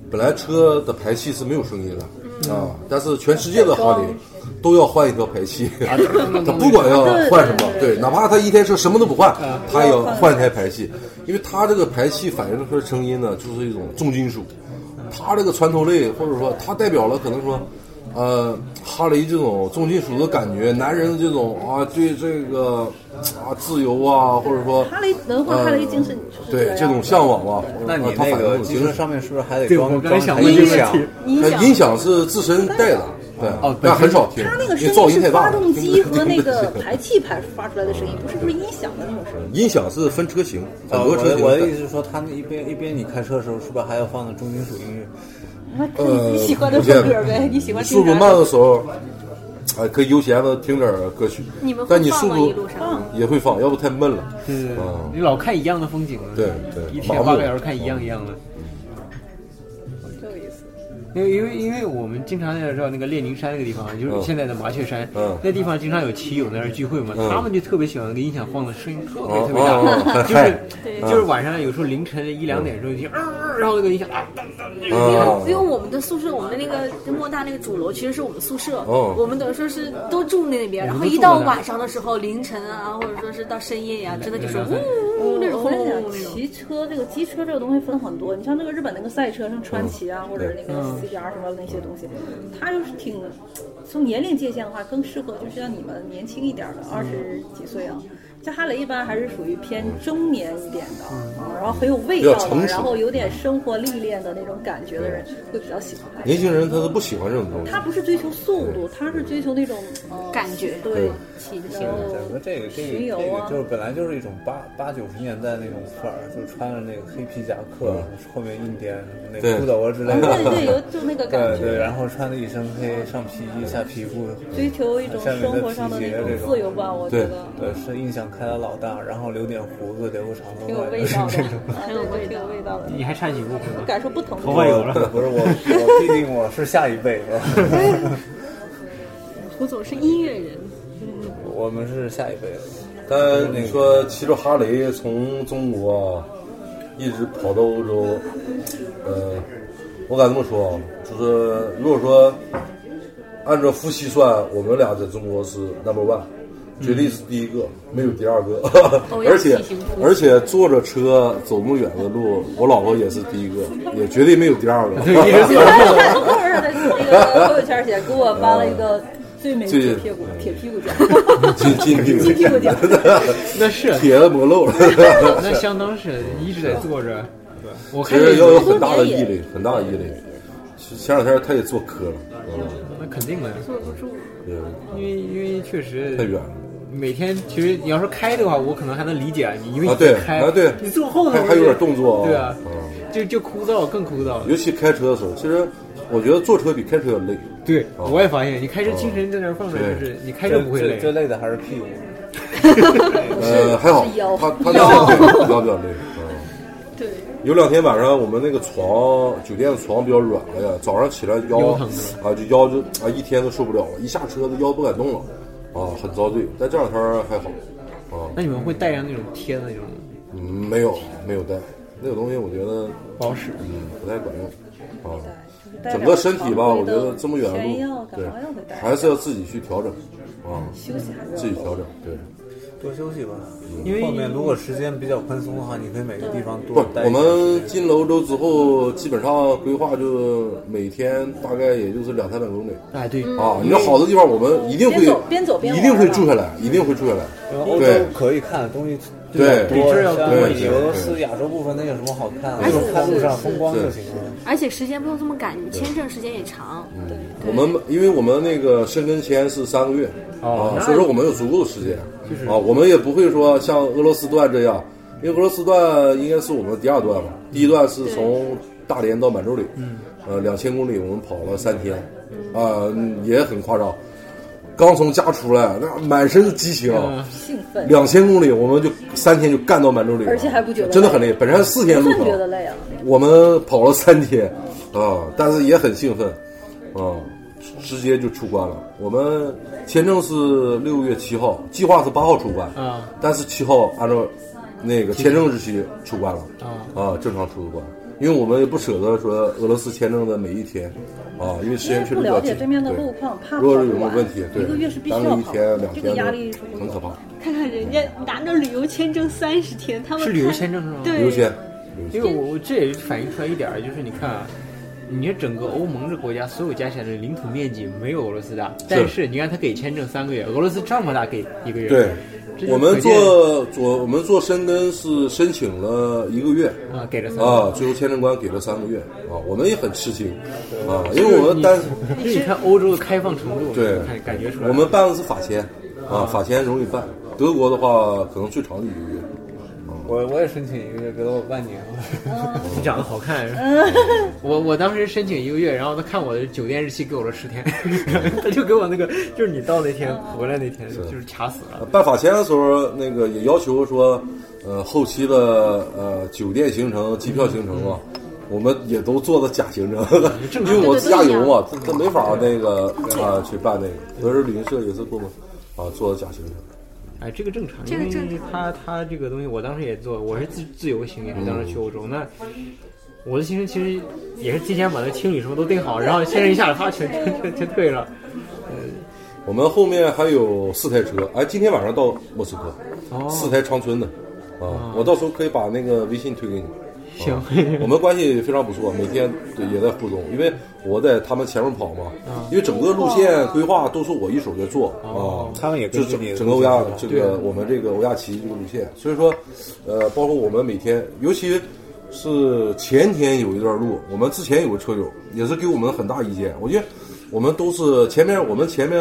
本来车的排气是没有声音的、啊，但是全世界的哈雷都要换一条排 气，他不管要换什么，对，哪怕他一台车什么都不换，他也要换一台排气，因为他这个排气反映出来的声音呢，就是一种重金属，它这个穿透类或者说它代表了可能说。呃，哈雷这种重金属的感觉，男人的这种啊，对这个啊自由啊，或者说
哈雷文
嗯
化哈雷精神就是
对
样
这种向往啊，
那你
呃它反
那
映
个
了
机
精
车
神
上面是不是还得
对
装
我刚才
装
想
台
问这
音
个
响
问？题，
音
呃
响，
音响是自身带的，对，
哦本
但
身
很少听，
它那个
因
声
为噪
音
音
是
太大
发
了。
动机和 那个排气排发出来的声音，不是就是音响的那种声音。
音响是分车型，很
呃
多
我
车
的
型
我的
带
意思是说，他那一边一边你开车的时候，是不是还要放的重金属音乐？
那看
呃
你喜欢的
不见
风格呗，你喜欢
速
听
度
啥？
慢的时候，哎，可以悠闲的听点歌曲。
你们
但
会
你
放
速
吗？
度
一路上？
也会放，要不太闷了。
是
嗯
你老看一样的风景，啊
对对嗯
一天
麻
八
木
个小时看一样一样的。
有意思。
因为因为因为我们经常要知道那个列宁山那个地方，啊就是
嗯
现在的麻雀山，
嗯
那地方经常有骑友在那儿聚会嘛，
嗯
他们就特别喜欢那个音响放的声音特别
哦
特别
哦
大，
哦
就
嗨
是就是晚上有时候凌晨一两点的时候就听，嗯嗯然后那个音响啊，当当那
因
个
为
啊
因为我们的宿舍，我们的那个莫大那个主楼其实是我们宿舍，
哦
我们等于说是都住那边，然后
你们
一
都住那
到
儿
晚上的时候，凌晨啊，或者说是到深夜呀、真的就是
对
呜
对
呜呜嗯那种
我
轰
跟你
那
讲，
种。
啊骑车这个机车这个东西分很多，你像那个日本那个赛车，像川崎啊，或者那个 CBR 什么那些东西，它就是挺从年龄界限的话，更适合就是像你们年轻一点的，二十几岁啊。像哈雷一般还是属于偏中年一点的，啊然后很有味道
比较
的，
成熟
然后有点生活历练的那种感觉的人会比较喜欢哈雷。
年轻人他是不喜欢这种东西
他。不是追求速度，他是追求那种、呃
感觉
对，
骑
然后
整个这个这
巡
个
游
这
啊
个就是本来就是一种八八九十年代那种范儿，就穿着那个黑皮夹克，
嗯
后面印点那
对
个裤头啊之类
对
的，
对，有就那个感觉
对。对，然后穿的一身黑，上皮衣下皮裤，
追求一
啊
种生活上的那种自由
嗯
吧，我觉得
对，是印象开的老大，然后留点胡子，留个长头
挺有
发，
味道的，
这种。
啊对对，挺有味道的，
你还唱起过吗？
感受不同。
头发有了
不 不是我，我毕竟我是下一辈，
胡总是音乐人，
我们是下一辈的。
但你说骑着哈雷从中国一直跑到欧洲，呃，我敢这么说啊，就是如果说按照夫妻算，我们俩在中国是 number one，绝对是第一个，没有第二个。而且
喜形乎
而且坐着车走那么远的路，我老婆也是第一个，也绝对没有第二个。
对，一直
还有还有他在那个朋友圈写给我发了一个最美
嗯最
铁屁股铁屁股奖，
金金屁股
金屁股奖。
那是
铁的磨漏了，
那相当是一直得坐着。对，我
其
看
实
见
要有很大的毅力，很大的毅力。其实前两天他也做科了，嗯，
那肯定的，
坐不住，
对，
因为因为确实
太远了。
每天其实你要说开的话，我可能还能理解你，因为
啊
你
对
在开
啊对
你坐后头
还还有点动作啊
对啊
嗯，
就就枯燥，更枯燥。
尤其开车的时候，其实我觉得坐车比开车要累。
对，
哦
我也发现，你开车精神在那儿放着，
对
就是你开车不会
最最
累。
累的还是屁股。
呃，还好
是，腰
他他腰比较腰比较累。嗯，
对，
有两天晚上我们那个床，酒店的床比较软了呀，早上起来腰
腰疼是
啊，就腰就啊一天都受不了了，一下车子腰不敢动了，啊，很遭罪。但这两天还好，啊，
那你们会带上那种贴的那种
嗯没有没有带那个东西，我觉得
不好使？
嗯不太管用啊。整个身体吧，我觉得这么远的
全药
路，
感
对
冒药得，带
还是要自己去调整，啊，
休息还是要
自己调整，对。
多休息吧，
因为
后面如果时间比较宽松的话，你可以每个地方
不
多，待一
我
点
们进了欧洲之后，基本上规划就每天大概也就是两三百公里
哎，对，
啊。你要好的地方，我们一定会
边走嗯边走边玩
一定会住下来，一定会住下来。
因为欧
对
洲可以看的东西
对
比
多
这儿，要
像
多
一
你
些
俄罗
对
斯亚洲部分那有什么好看的？就是看路上风光就行了。
而且时间不用这么赶，你签证时间也长，对，
我们因为我们那个申根签是三个月
哦
啊，
那
所以说我们有足够的时间啊，我们也不会说像俄罗斯段这样，因为俄罗斯段应该是我们的第二段吧，
嗯
第一段是从大连到满洲里，呃，两千公里我们跑了三天，
嗯
啊，也很夸张。刚从家出来，那满身是激情，
兴奋，
两千公里我们就三天就干到满洲里了，
而且还不觉得累
真的很累。本身四天路
不
程，
觉得累啊？
我们跑了三天啊，但是也很兴奋啊，直接就出关了。我们签证是六月七号，计划是八号出关
啊，
但是七号按照那个签证日期出关了啊，正常出的关。因为我们也不舍得说俄罗斯签证的每一天啊，因为时
因
间
为
确实
不
比
了
较
解
紧。
对面的
对
路况，怕
如果
跑
是有
不
什么
完
问题，对，
一个月是必须
耽
要
搁一
跑
天
的
两
这
天
个压
都
力是
很可怕。
看看人家拿着旅游签证三十天，他们
是旅游
看
签证是吗
对，
优先，优
因
先
为我我这也反映出来一点儿，就是你看啊，你这整个欧盟这国家所有加起来的领土面积没有俄罗斯大，但是你看他给签证三个月，俄罗斯这么大给一个月，
对
这，就
我们
可见
做做我们做深根是申请了一个月
啊，给了三个
啊，最后签证官给了三个月啊，我们也很吃惊啊，因为我们单
月，这你看欧洲的开放程度，
对
看感觉出来，
我们办的是法签啊，法签容易办，德国的话可能最长的一个月，
我我也申请一个月，给了我半年了。
哦
你长得好看，
嗯
我我当时申请一个月，然后他看我的酒店日期给我了十天， 他就给我那个就是你到那天
哦
回来那天就是卡死了，
呃办法签的时候，那个也要求说，呃，后期的呃酒店行程、机票行程啊，我们也都做的假行程， 因为我自驾游嘛，他他没法那个啊去办那个。德日旅行社也是给我们啊做的假行程，
哎，这个正常，
这个正
因为
常
他他这个东西我当时也做，我是自自由行也是当时去欧洲那。我的行程其实也是提前把那青旅什么都定好，然后先生一下啪全 全全全退了。
我们后面还有四台车，哎，今天晚上到莫斯科，四台长春的，啊，我到时候可以把那个微信推给你。
行
哦
啊 我们关系非常不错，每天对也在互动，因为我在他们前面跑嘛，
啊
因为整个路线规划都是我一手在做啊，
他们也
就
根据哦你
整
的
整个欧
路线
亚
规划
这
对
个我们这个欧亚旗这个路线，所以说，呃，包括我们每天，尤其是前天有一段路，我们之前有个车友也是给我们很大意见，我觉得我们都是前面我们前面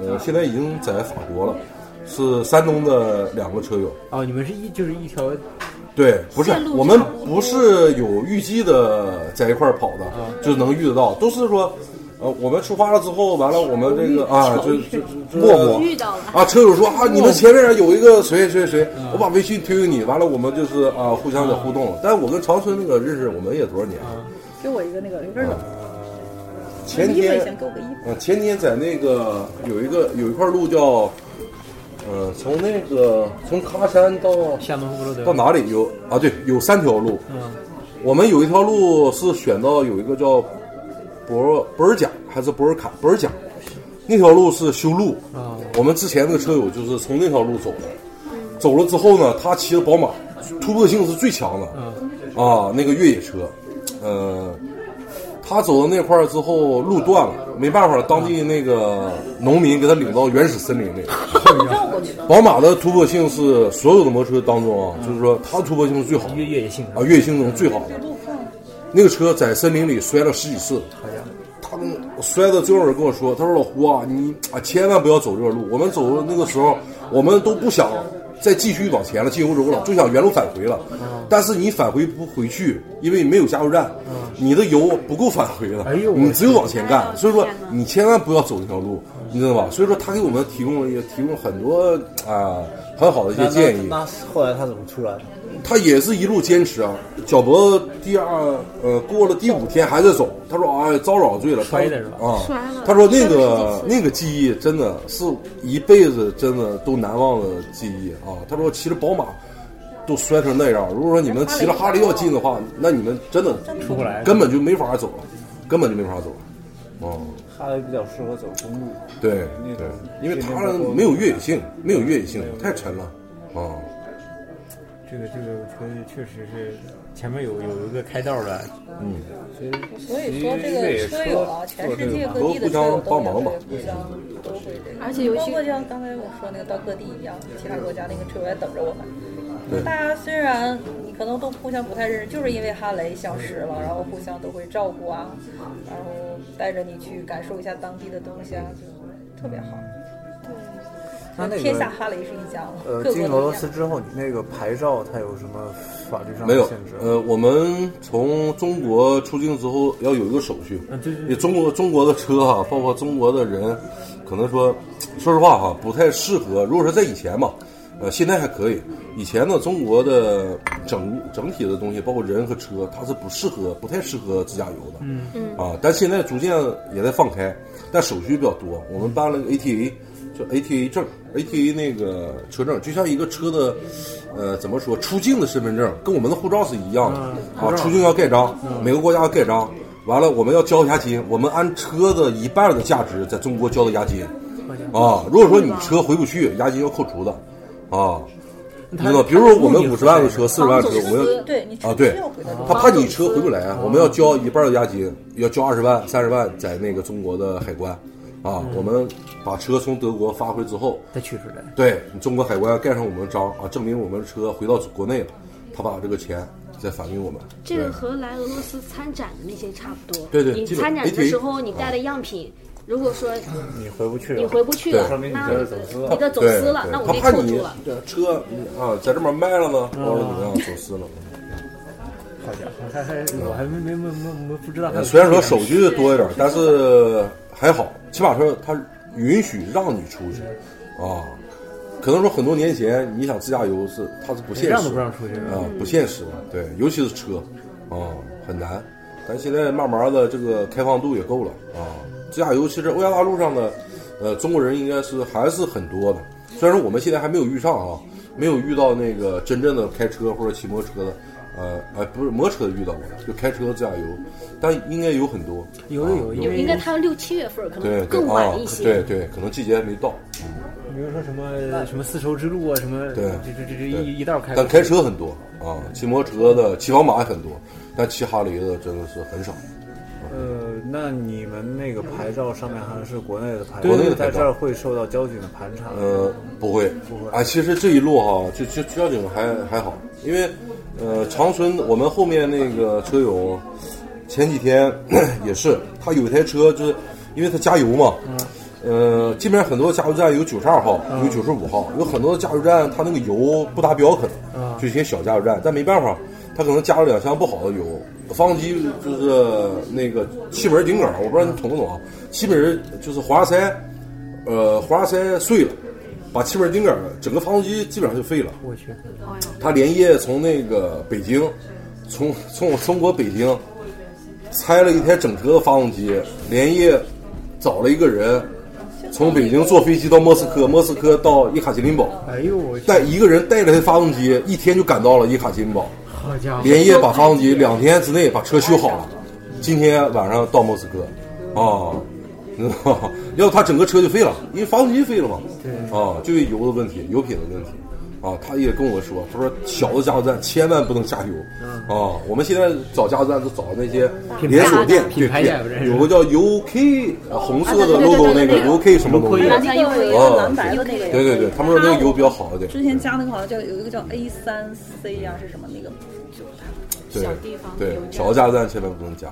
呃现在已经在法国了，是山东的两个车友，
哦，你们是一就是一条
对，不是
线路
我们
差不多
不是有预计的在一块儿跑的，
嗯
就是能遇得到，都是说，呃，我们出发了之后，完了我们这
嗯
个啊， 就就就陌陌
遇到了
啊，车友说啊，你们前面有一个谁谁谁，
嗯
我把微信推给你，完了我们就是啊，互相在互动。但我跟长春那个认识，我们也多少年？
嗯
啊
给我一个那个有点冷，
前
衣服也
天
行，给我个衣服。
呃，前天在那个有一个有一块路叫，呃，从那个从喀山到
下东欧洲的
到哪里有啊？对，有三条路。
嗯，
我们有一条路是选到有一个叫博博尔贾还是博尔坎博尔贾，那条路是修路。
啊
我们之前那个车友就是从那条路走的，走了之后呢，他骑着宝马，突破性是最强的。
嗯
啊，那个越野车，呃，他走到那块儿之后，路断了，没办法，当地那个农民给他领到原始森林里。
绕过去的。
宝马的突破性是所有的摩托车当中啊，就是说它突破性是最好的
越越野性
啊，越野性中最好的。那个车在森林里摔了十几次，他们摔的最后人跟我说，他说老胡啊，你啊千万不要走这个路。我们走的那个时候，我们都不想再继续往前了，进欧洲了，就想原路返回了。但是你返回不回去，因为没有加油站，你的油不够返回了，
哎呦我
你只有往前干。所以说
天哪
你千万不要走这条路，你知道吧？所以说他给我们提供了也提供很多啊、很好的一些建议。
那那后来他怎么出来的？
他也是一路坚持啊，脚脖子第二呃过了第五天还在走，他说哎遭扰罪了，
摔的是吧
啊
摔了，
他说
摔
那
了十几次
个那个记忆真的是一辈子真的都难忘的记忆啊。他说骑着宝马都摔成那样，如果说你们骑着哈雷要进的话，那你们真的
出不来
根本就没法走了，根本就没法走了，啊，
哈雷比较适合走公路，
对
那
对
个，
因为他没有越野性，没有越野性，太沉了啊。
这个这个，我觉得确实是前面有有一个开道的，
所以说这个车友啊，全世界各地的车友都有互相都会这个，
而且尤
包
其
括就像刚才我说那个到各地一样，其他国家那个车友也等着我们。大家虽然你可能都互相不太认识，就是因为哈雷相识了，然后互相都会照顾啊，然后带着你去感受一下当地的东西啊，就特别好。
那那
天下
个
哈雷是一家嘛，
呃，
各国
进俄
都一
罗
样
斯之后，你那个牌照它有什么法律上
没
的
有
限制，？
呃，我们从中国出境之后要有一个手续。
对对
你中国中国的车哈、包括中国的人，可能说，说实话哈、不太适合。如果说在以前吧，呃，现在还可以。以前呢，中国的整整体的东西，包括人和车，它是不适合，不太适合自驾游的。嗯嗯。啊，但现在逐渐也在放开，但手续比较多。我们办了个 ATA。就 ATA 证，ATA 那个车证，就像一个车的，呃，怎么说，出境的身份证，跟我们的护照是一样的、啊。出境要盖章，每个国家要盖章。完了，我们要交押金，我们按车的一半的价值在中国交的押金啊。如果说你车回不去，押金要扣除的啊。
他
那比如说我们五十万的车，四十万的车，我们要
对你
啊，对
车要回
哦
到中，
他怕你车回不来啊，我们要交一半的押金，要交二十万、三十万在那个中国的海关，啊，我们把车从德国发回之后，
再取出来。
对你中国海关盖上我们的章啊，证明我们的车回到国内了，他把这个钱再返给我们。
这
对
个和来俄罗斯参展的那些差不多。
对对
你
基本
参展的
媒体
时候，你带的样品，如果说
嗯
你回不去了，
你回不去了
对，
说明你
那
这是走私
你
了。
的走
对
私了，
对
那我
他
被
怕
扣
你
住了。
对车啊在这边卖了呢，或者怎么样走私了。
好家伙，还还我还没没没没没不知道还有这个。
呃虽然说手续多一点，但是还好，起码说他允许让你出去啊。可能说很多年前你想自驾游是它是不现实，
哎让都不让出去
啊，
嗯
不现实的，对，尤其是车啊很难。咱现在慢慢的这个开放度也够了啊，自驾游其实欧亚大陆上的呃中国人应该是还是很多的，虽然说我们现在还没有遇上啊，没有遇到那个真正的开车或者骑摩托车的。呃，哎，不是摩托车遇到过的，就开车自驾游，但应该有很多，
有的有，因
有
为
应该他六七月份儿可
对
能
对
更
啊
晚一，些。
对对，可能季节还没到，
比如说什么什么丝绸之路啊，什么
对
这这这这
对
一一道开过
但
去，
开车很多啊，骑摩托车的、骑宝马也很多，但骑哈雷的真的是很少。
呃，那你们那个牌照上面好像是国内的牌照，
对国内的牌照
在这儿会受到交警的盘查。
呃，不会，啊，其实这一路哈、就就交警还还好，因为呃，长春我们后面那个车友前几天 也是，他有一台车就是因为他加油嘛，呃，这边很多加油站有九十二号，有九十五号，有很多加油站它那个油不达标，可能就一些小加油站，但没办法，他可能加了两箱不好的油，发动机就是那个气门顶杆，我不知道你懂不懂啊，气门就是滑塞。呃，滑塞碎了，把气门顶杆儿整个发动机基本上就废了。
我去，
他连夜从那个北京，从从中国北京拆了一台整车的发动机，连夜找了一个人，从北京坐飞机到莫斯科，莫斯科到叶卡捷琳堡，
哎呦我去，
带一个人带着他发动机，一天就赶到了叶卡捷琳堡，
好家伙，
连夜把发动机两天之内把车修好了，今天晚上到莫斯科，啊， 你知道哦吗？要不他整个车就废了，因为发动机废了嘛，啊，就有油的问题，油品的问题，啊，他也跟我说，他说小的加油站千万不能下油啊！我们现在找加油站都找那些连锁店，
嗯品牌
对
店不认识
有个叫 UK 啊红色的
啊对对对
logo 那
对对
个
对
UK 什么东西，
蓝色又有一
哦
个
蓝白的那个
对对对，他们说那个油比较好一点，
之前加那个好像叫有一个叫 A 三 C 啊，是什么那个？就
对
小地方
对
油，站
小的加油站千万不能加，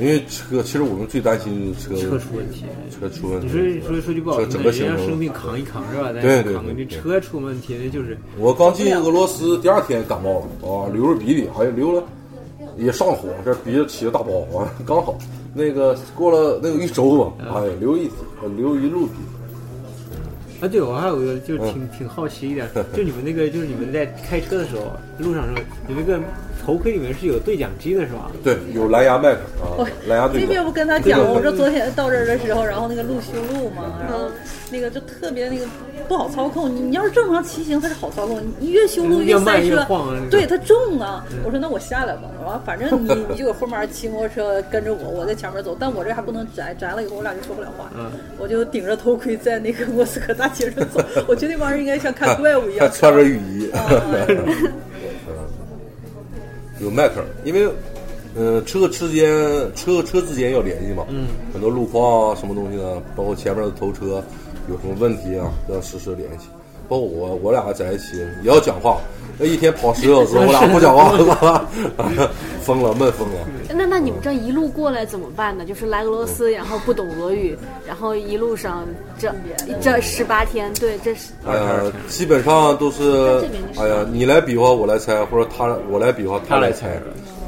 因为车其实我们最担心就是车
车出问题。
车出问
你
题。
说说说句不好
整
听
个
的，
行
人家
程
生病扛一扛是吧？咱
对对
扛个
对
这
对
车出问题那就是
我刚进俄罗斯第二天感冒了啊，流着鼻涕，还流了，也上火，这鼻子起了大包啊，刚好那个过了那有一周吧，哎，流一流一路鼻涕，
啊，对，我还有一个就是挺挺好奇一点，就你们那个就是你们在开车的时候，路上的时候，你们那个头盔里面是有对讲机的是吧？
对，有蓝牙麦克啊，蓝牙对嗯
哦这边
讲
不，跟他讲吗？我说昨天到这儿的时候，然后那个路修路嘛，然后那个就特别那个不好操控。你你要是正常骑行，它是好操控，你越修路
嗯越
赛
慢越
车
晃啊那，个
对它重啊。
嗯
我说那我下来吧，然后反正你你就搁后面骑摩托车跟着我，我在前面走，但我这还不能摘摘了以后，我俩就说不了话
嗯。
我就顶着头盔在那个莫斯科大街上 走，我觉得那帮人应该像看怪物一样嗯
还。穿着雨衣， 有麦克，因为呃车之间车和车之间要联系嘛，嗯，很多路况啊什么东西呢，包括前面的头车有什么问题啊，都要实时联系。包括我我俩在一起也要讲话，那一天跑十小时，我俩不讲话， 疯了闷疯了。
那那
嗯
你们这一路过来怎么办呢？就是来俄罗斯，然后不懂俄语，然后一路上这这十八天，对，这是
呃，基本上都是，哎呀，你来比划，我来猜，或者他我来比划，他来猜，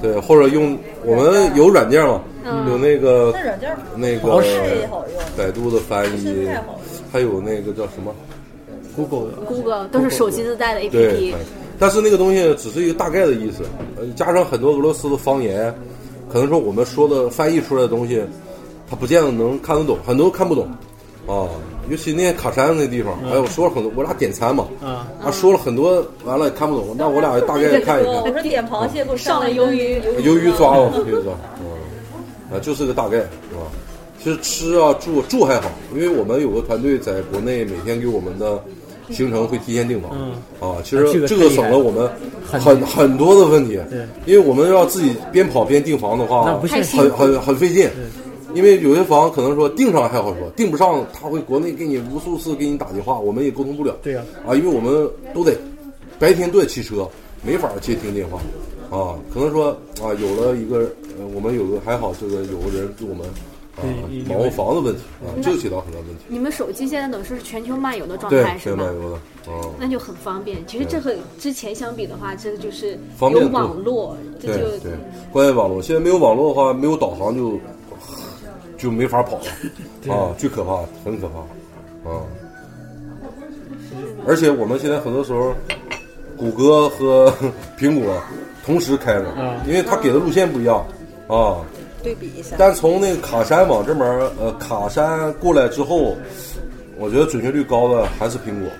对，或者用我们有软件嘛，有那个
嗯那软件儿
那
好
个
使
太好用了
百度的翻
真
译
太好了，
还有那个叫什么？
Google 的
Google 都是手机自带的
对
APP，，
但是那个东西只是一个大概的意思，呃，加上很多俄罗斯的方言，可能说我们说的翻译出来的东西，他不见得能看得懂，很多看不懂，啊，尤其那些卡山那地方，哎，我说了很多，我俩点餐嘛，
啊，
说了很多，完了也看不懂，那我俩大概也看一
我
看，
说点螃蟹给我
上
来
了
鱿
鱿鱼，
鱿鱼抓了，鱿鱼抓，哦嗯，啊，就是个大概，啊，其实吃啊住住还好，因为我们有个团队在国内每天给我们的行程会提前订房，啊，其
啊这
实
个
这
太
个
厉
省
害
了
了
我们很很多的问题，因为我们要自己边跑边订房的话
那，不
现实
很很很费劲。因为有些房可能说订上还好说，订不上他会国内给你无数次给你打电话，我们也沟通不了。
对呀
啊，因为我们都得白天都得骑车，没法接听电话啊。可能说啊，有了一个呃，我们有个还好，这个有个人给我们啊
对
保护房的问题啊，这个起到很大问题。
你们手机现在等于是全球漫游的状
对
态，是
对，
吗
买？油的啊，
那就很方便。其实这和之前相比的话，这就是
方便
有
多
网络，这
对
就
对，关键网络，现在没有网络的话，没有导航就就没法跑了啊，最可怕，很可怕啊！而且我们现在很多时候，谷歌和 苹果同时开着，因为它给的路线不一样啊。
对比一下，
但从那个卡山往这门儿呃卡山过来之后，我觉得准确率高的还是苹果，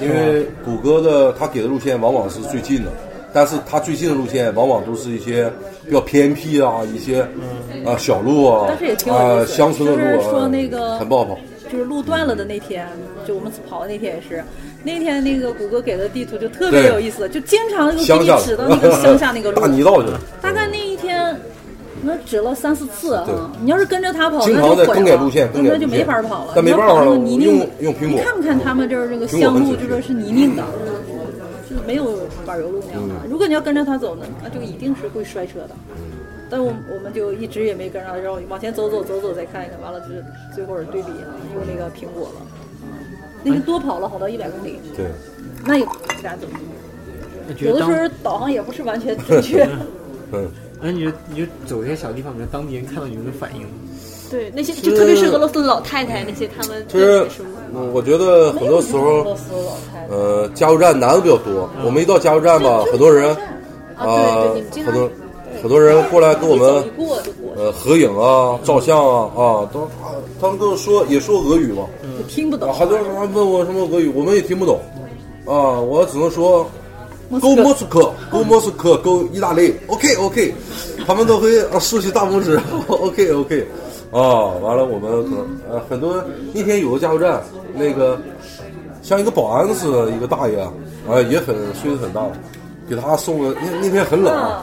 因为谷歌的它给的路线往往是最近的，但是它最近的路线往往都是一些比较偏僻啊，一些啊小路啊，
但是也挺有意思
啊乡村的路
就
啊，
是说那个
很不好跑。
就是路断了的那天，就我们跑的那天也是，那天那个谷歌给的地图就特别
对
有意思，就经常就
乡
给你
下
指到那个乡下那个 路，
大泥道去了，
大概那一天。那指了三四次
对
啊！你要是跟着他跑，
经
那
常
就
在
毁
更改
了
路线更改
那就
路
没
线
法跑了。
但
你
没
要
办
跑
法
那
了
个泥泞
用用苹果
你看不看他们这儿这个
苹果
乡
很
路，
准
就
确
说是泥泞的，就是没有柏油路那样的。
嗯
如果你要跟着他走呢，那就一定是会摔车的。但我我们就一直也没跟上，然后往前走走走走再看一看，完了就是最后是对比用那个苹果了，那个多跑了好到一百公里，
对，
那也不敢走。
那觉
有
得
的时
当
候导航也不是完全正确，
嗯，
那哎你就你就走一些小地方，你看当地人看到你们的反应，
对那些就特别是俄罗斯老太太那些，他们
就是
什么
嗯我觉得很多时候。
螺丝老太太，
呃，加油站男的比较多。我们一到加油站吧，很多人，
啊对对你们经
很
常
多很多人过来跟我们
一过就过，
呃合影啊、照相啊啊，都啊他们跟我说也说俄语嘛，
就听不懂
啊，。很多人还问我什么俄语，我们也听不懂，啊，我只能说。Go 莫斯科，Go 莫斯科，Go 意大利，OK OK，他们都会啊竖起大拇指 ，OK OK，啊，完了我们可能呃很多那天有个加油站，那个像一个保安似的，一个大爷，哎，也很岁数很大了，给他送了，那那天很冷啊，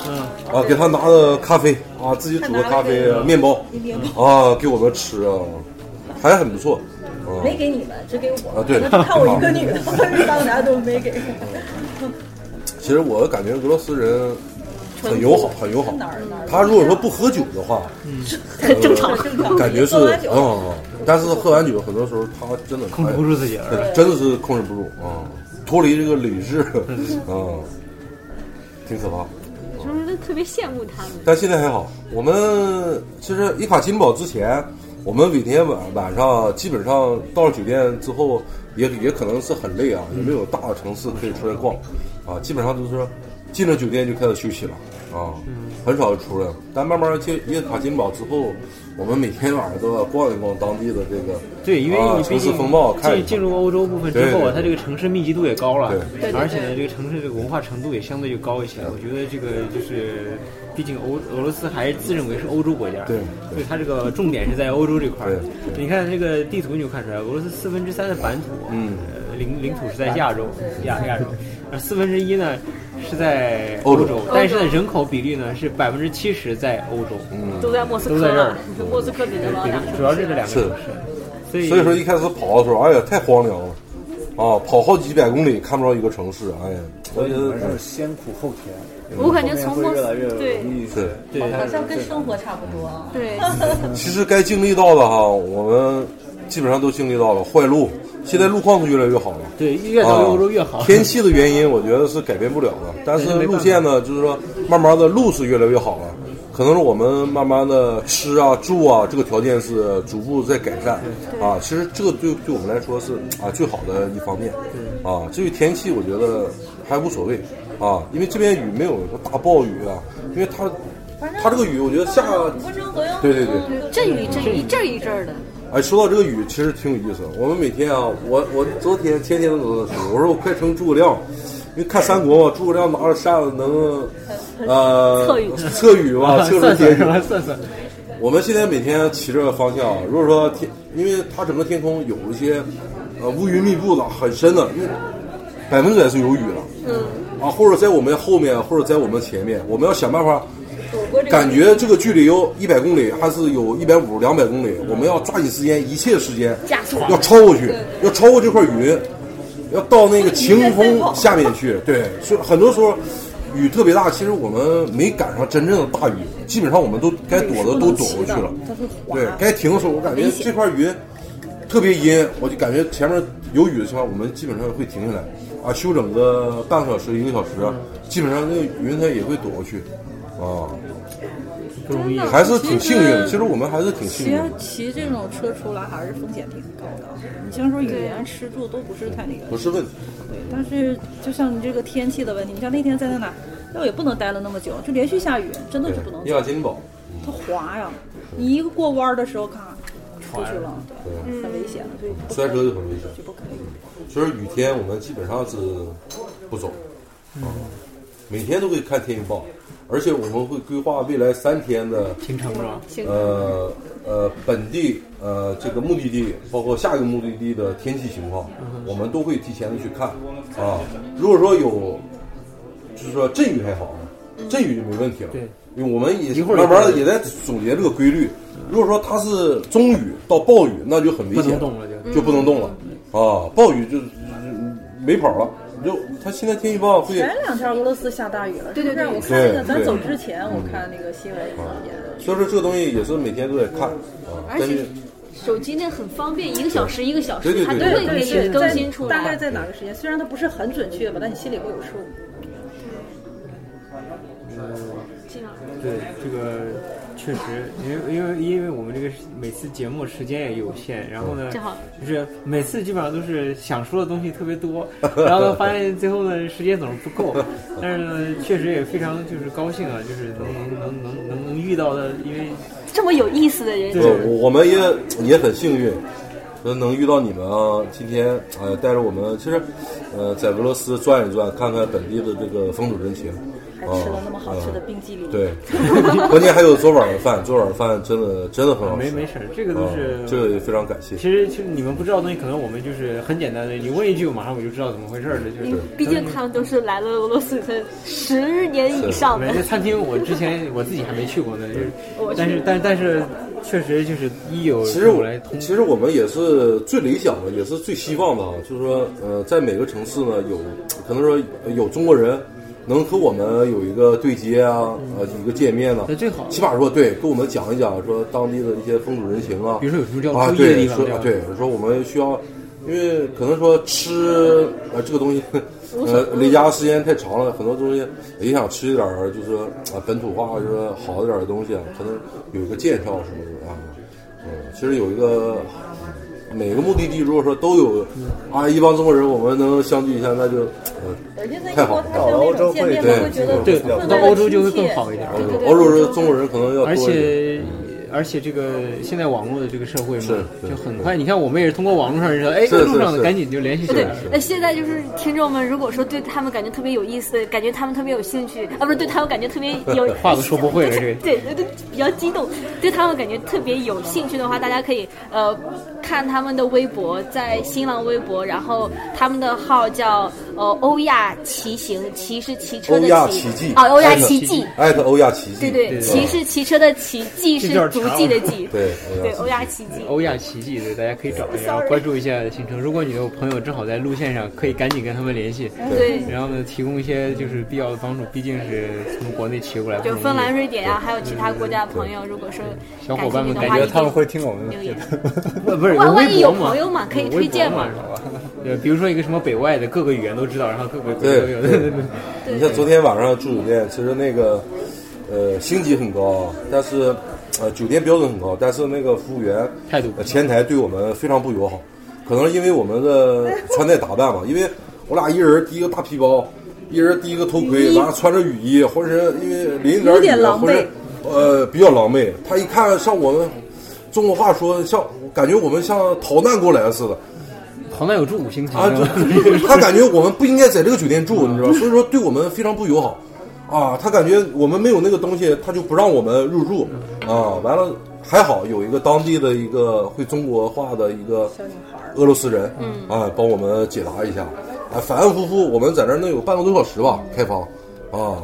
啊，给他拿了咖啡啊，自己煮的咖啡、面包啊，给我们吃啊，还很不错，啊
没给你们，只给我。
啊，对，
看我一个 女的，当男的都没给。
其实我感觉俄罗斯人很友好，很友好。
哪儿哪儿
他如果说不喝酒的话，
很正常。
正常，
感觉是
喝完酒
嗯，但是喝完酒很多时候他真的
控制不住自己了
哎对真的是控制不住啊，脱离这个理智，嗯，挺可怕。
就是特别羡慕他们。
但现在还好，我们其实伊卡金堡之前，我们每天晚晚上基本上到了酒店之后，也也可能是很累啊，也没有大的城市可以出来逛，啊，基本上就是进了酒店就开始休息了啊，很少出来。但慢慢进伊卡金堡之后，我们每天晚上都要逛一逛当地的这个
对，因为
啊
你
城
毕
市
竟
风貌看一
进
看
进入欧洲部分之
对
后
对
啊，它这个城市密集度也高了，
对
对对
而且呢，这个城市这个文化程度也相对就高一些。我觉得这个就是，毕竟欧俄罗斯还自认为是欧洲国家，
对对
所以它这个重点是在欧洲这块儿
对。对
你看这个地图你就看出来，俄罗斯四分之三的版图，
嗯
呃，领领土是在亚洲，亚 亚洲，而四分之一呢是在
欧
欧
洲
洲，但是呢人口比例呢是百分之七十在欧洲，
嗯，
都在莫斯科
都在这儿
了，莫斯科比德堡
比
俩
例主要是这两个
是
城市，所以
所以说一开始跑的时候，哎呀，太荒凉了，啊，跑好几百公里看不着一个城市，哎呀，我
所以
觉
你
得
们是先苦后甜，
我感觉从
后
莫
面会越
斯
来越
对
容易一些
是。
对
好像跟生活差不多啊。
对，
其实该经历到的哈，我们基本上都经历到了坏路。现在路况是越来越好了，
对嗯越到欧洲越好
啊。天气的原因，我觉得是改变不了的，但是路线呢，就是说慢慢的路是越来越好了。可能是我们慢慢的吃啊、住啊，这个条件是逐步在改善啊。其实这个对对我们来说是啊最好的一方面啊。至于天气，我觉得还无所谓啊，因为这边雨没有说大暴雨啊，因为它它这个雨，我觉得下
五分钟左右。
对对对。
阵雨阵雨一阵儿一阵儿的，
哎，说到这个雨，其实挺有意思的。我们每天啊，我我昨天天天都走这我说我快成诸葛亮，因为看三国嘛，诸葛亮拿着扇子 能，呃，
测雨
测雨嘛， 测出
算算
天雨
是。吧，算算。
我们现在每天骑这个方向，啊如果说天，因为它整个天空有一些呃乌云密布的很深的，那百分之百是有雨了。嗯。啊，或者在我们后面，或者在我们前面，我们要想办法。感觉这个距离有一百公里，还是有一百五、两百公里，我们要抓紧时间，一切时间
加速
要超过去，要超过这块云，要到那个晴空下面去。对，所以很多时候雨特别大，其实我们没赶上真正的大雨，基本上我们都该躲的都躲过去了。对，该停的时候，我感觉这块云特别阴，我就感觉前面有雨的情况，我们基本上会停下来啊，休整个半个小时、一个小时，
嗯
基本上那个云它也会躲过去。啊，还是挺幸运的。其实我们还是挺幸
其
运
实
的，
骑这种车出来还是风险挺高的，你像说语言、吃住都不是太那个。
不是问题。
对，但是就像你这个天气的问题，你像那天在那哪，那也不能待了那么久，就连续下雨，真的是不能
伊
走，
卡金堡，
它滑呀，你一个过弯儿的时候，咔出去了，对，很危险的，所以不
摔车就很危险。嗯
就不可以。
所以雨天我们基本上是不走，啊，每天都会看天气预报，而且我们会规划未来三天的
行程是吧？
呃呃本地呃这个目的地，包括下一个目的地的天气情况，
嗯
我们都会提前的去看啊。如果说有，就是说阵雨还好啊，阵雨就没问题了。
对，
因为我们也
一会儿
慢慢的
一会儿
也在总结这个规律。如果说它是中雨到暴雨，那就很危
不
险，
能动了就嗯
就不能动了啊！暴雨就就就没跑了，就它现在天气预报会。
前哎两天俄罗斯下大雨了，对对对，我看
对
那个咱
对嗯
走之前，我看那个新闻也
所以说这个东西也是每天都得看啊，
而
但
且
是
手机那很方便，一个小时一个小
对
时，
对
它都
对
会
对
给
对
你更新出
大概
来。
在哪个时间？虽然它不是很准确吧，但你心里会有数。
嗯这样
对，这个确实，因为因为因为我们这个是每次节目时间也有限，然后呢
正好，
就是每次基本上都是想说的东西特别多，然后呢发现最后呢时间总是不够，但是呢确实也非常就是高兴啊，就是能能能能能能遇到的，因为
这么有意思的人，
对
呃我我们也也很幸运，说能遇到你们啊！今天呃带着我们，其实呃在俄罗斯转一转，看看本地的这个风土人情，
他吃了那么好吃的冰激凌，
嗯对，关键还有昨晚的饭，昨晚的饭真的真的很好吃，啊
没没事儿，这个都是、
哦嗯这个也非常感谢。
其实其实你们不知道的东西，可能我们就是很简单的，你问一句，我马上我就知道怎么回事儿了。就是
毕竟他们都是来了俄罗斯才十年以上的
每。个餐厅，我之前我自己还没去过呢，就是
我去
但是但但是确实就是一有
其实
我
我
来通，
其实我们也是最理想的，也是最希望的啊，就是说，呃，在每个城市呢，有可能说有中国人能和我们有一个对接啊，呃，一个见面呢、
那最好
起码说对，跟我们讲一讲说当地的一些风土人情啊，
比如说有什么需要
啊，
注意的地
对，
方
说
对吧
啊对，说我们需要，因为可能说吃呃这个东西，呃离家时间太长了，很多东西也想吃一点儿，就是说啊本土化，就是说好一点儿的东西啊，可能有一个介绍什么的啊，嗯，其实有一个。每个目的地如果说都有啊，一帮中国人，我们能相聚一下，那就呃
而且在
太
英
好
国，
了
他像那种见面
对
都会觉得
对
分外，
到
的
欧洲就会
亲
更
切
好一点。
对对
欧洲人、中国人可能要
而
多一点。
且而且这个现在网络的这个社会嘛
是，是
就很快。你看我们也是通过网络上认识的，哎，
是是
路上的
是
赶紧就联系起
对
来了。，
那现在就是听众们，如果说对他们感觉特别有意思，感觉他们特别有兴趣，啊，不是对他们感觉特别有
话都说不会了这个
对对对，比较激动，对他们感觉特别有兴趣的话，大家可以呃看他们的微博，在新浪微博，然后他们的号叫呃欧亚骑行，骑是骑车
欧
的
亚
骑
奇迹
啊，欧亚
艾特
奇迹，
艾特欧亚奇迹，
对对，骑是骑车的骑，迹是
这就是
足
长
迹的迹，
对欧亚
对
奇迹
欧亚奇迹。
欧亚奇迹，对，大家可以找一下，然后关注一下行程。如果你有朋友正好在路线上，可以赶紧跟他们联系，
对，
然后呢，提供一些就是必要的帮助。毕竟是从国内骑过来，不
就
容易
芬兰、瑞典呀、还有其他国家的朋友，如果说
小伙伴们
感
感
觉
兴趣的话
他们会听我们
留言
的。
不不是
万万一
有微博
有朋友嘛可以
有微博
推荐
嘛
嘛，
是吧？对，比如说一个什么北外的，各个语言都知道，然后各个国
对
家都有。
对
对对
你像昨天晚上住酒店，其实那个呃星级很高，但是呃酒店标准很高，但是那个服务员
态度
呃前台对我们非常不友好，可能是因为我们的 穿戴打扮吧，因为我俩一人提一个大皮包，一人提一个头盔，完了穿着雨衣，浑身因为淋着
有
点
点
雨啊，
狼狈
浑身呃比较狼狈。他一看像我们中国话说像感觉我们像逃难过来的似的。
好歹有住五星级
啊，
是吧
就他感觉我们不应该在这个酒店住，你知道吧，所以说对我们非常不友好，啊，他感觉我们没有那个东西，他就不让我们入住，啊，完了还好有一个当地的一个会中国话的一个俄罗斯人，啊，帮我们解答一下，啊，反反复复我们在那儿能有半个多小时吧，开房，啊，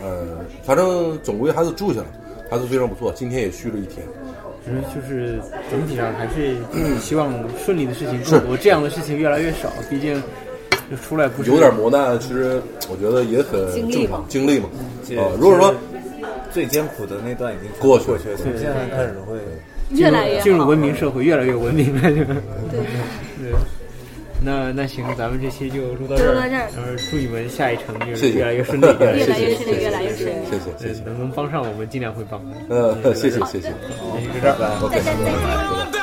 呃，反正总归还是住下了，还是非常不错，今天也续了一天，
其实就是整体上还是
嗯
希望顺利的事情更多，这样的事情越来越少。毕竟就出来不是
有点磨难，其实我觉得也很正常，经历嘛，
这
啊，如果说。
最艰苦的那段已经
过去了
过去了，从现在开始会
越来越
进入
好
文明社会，越来越文明了。对， 对。那那行，咱们这期就录到这儿，
就到这儿
然后祝你们下一程就
谢
是
谢
越来越顺利，越来
越
越
来
顺
越
利。
顺利，越来越顺利。
谢谢谢谢，
能能帮上我们尽量会帮。
呃，谢谢谢谢。
那就这儿。
再见，再见。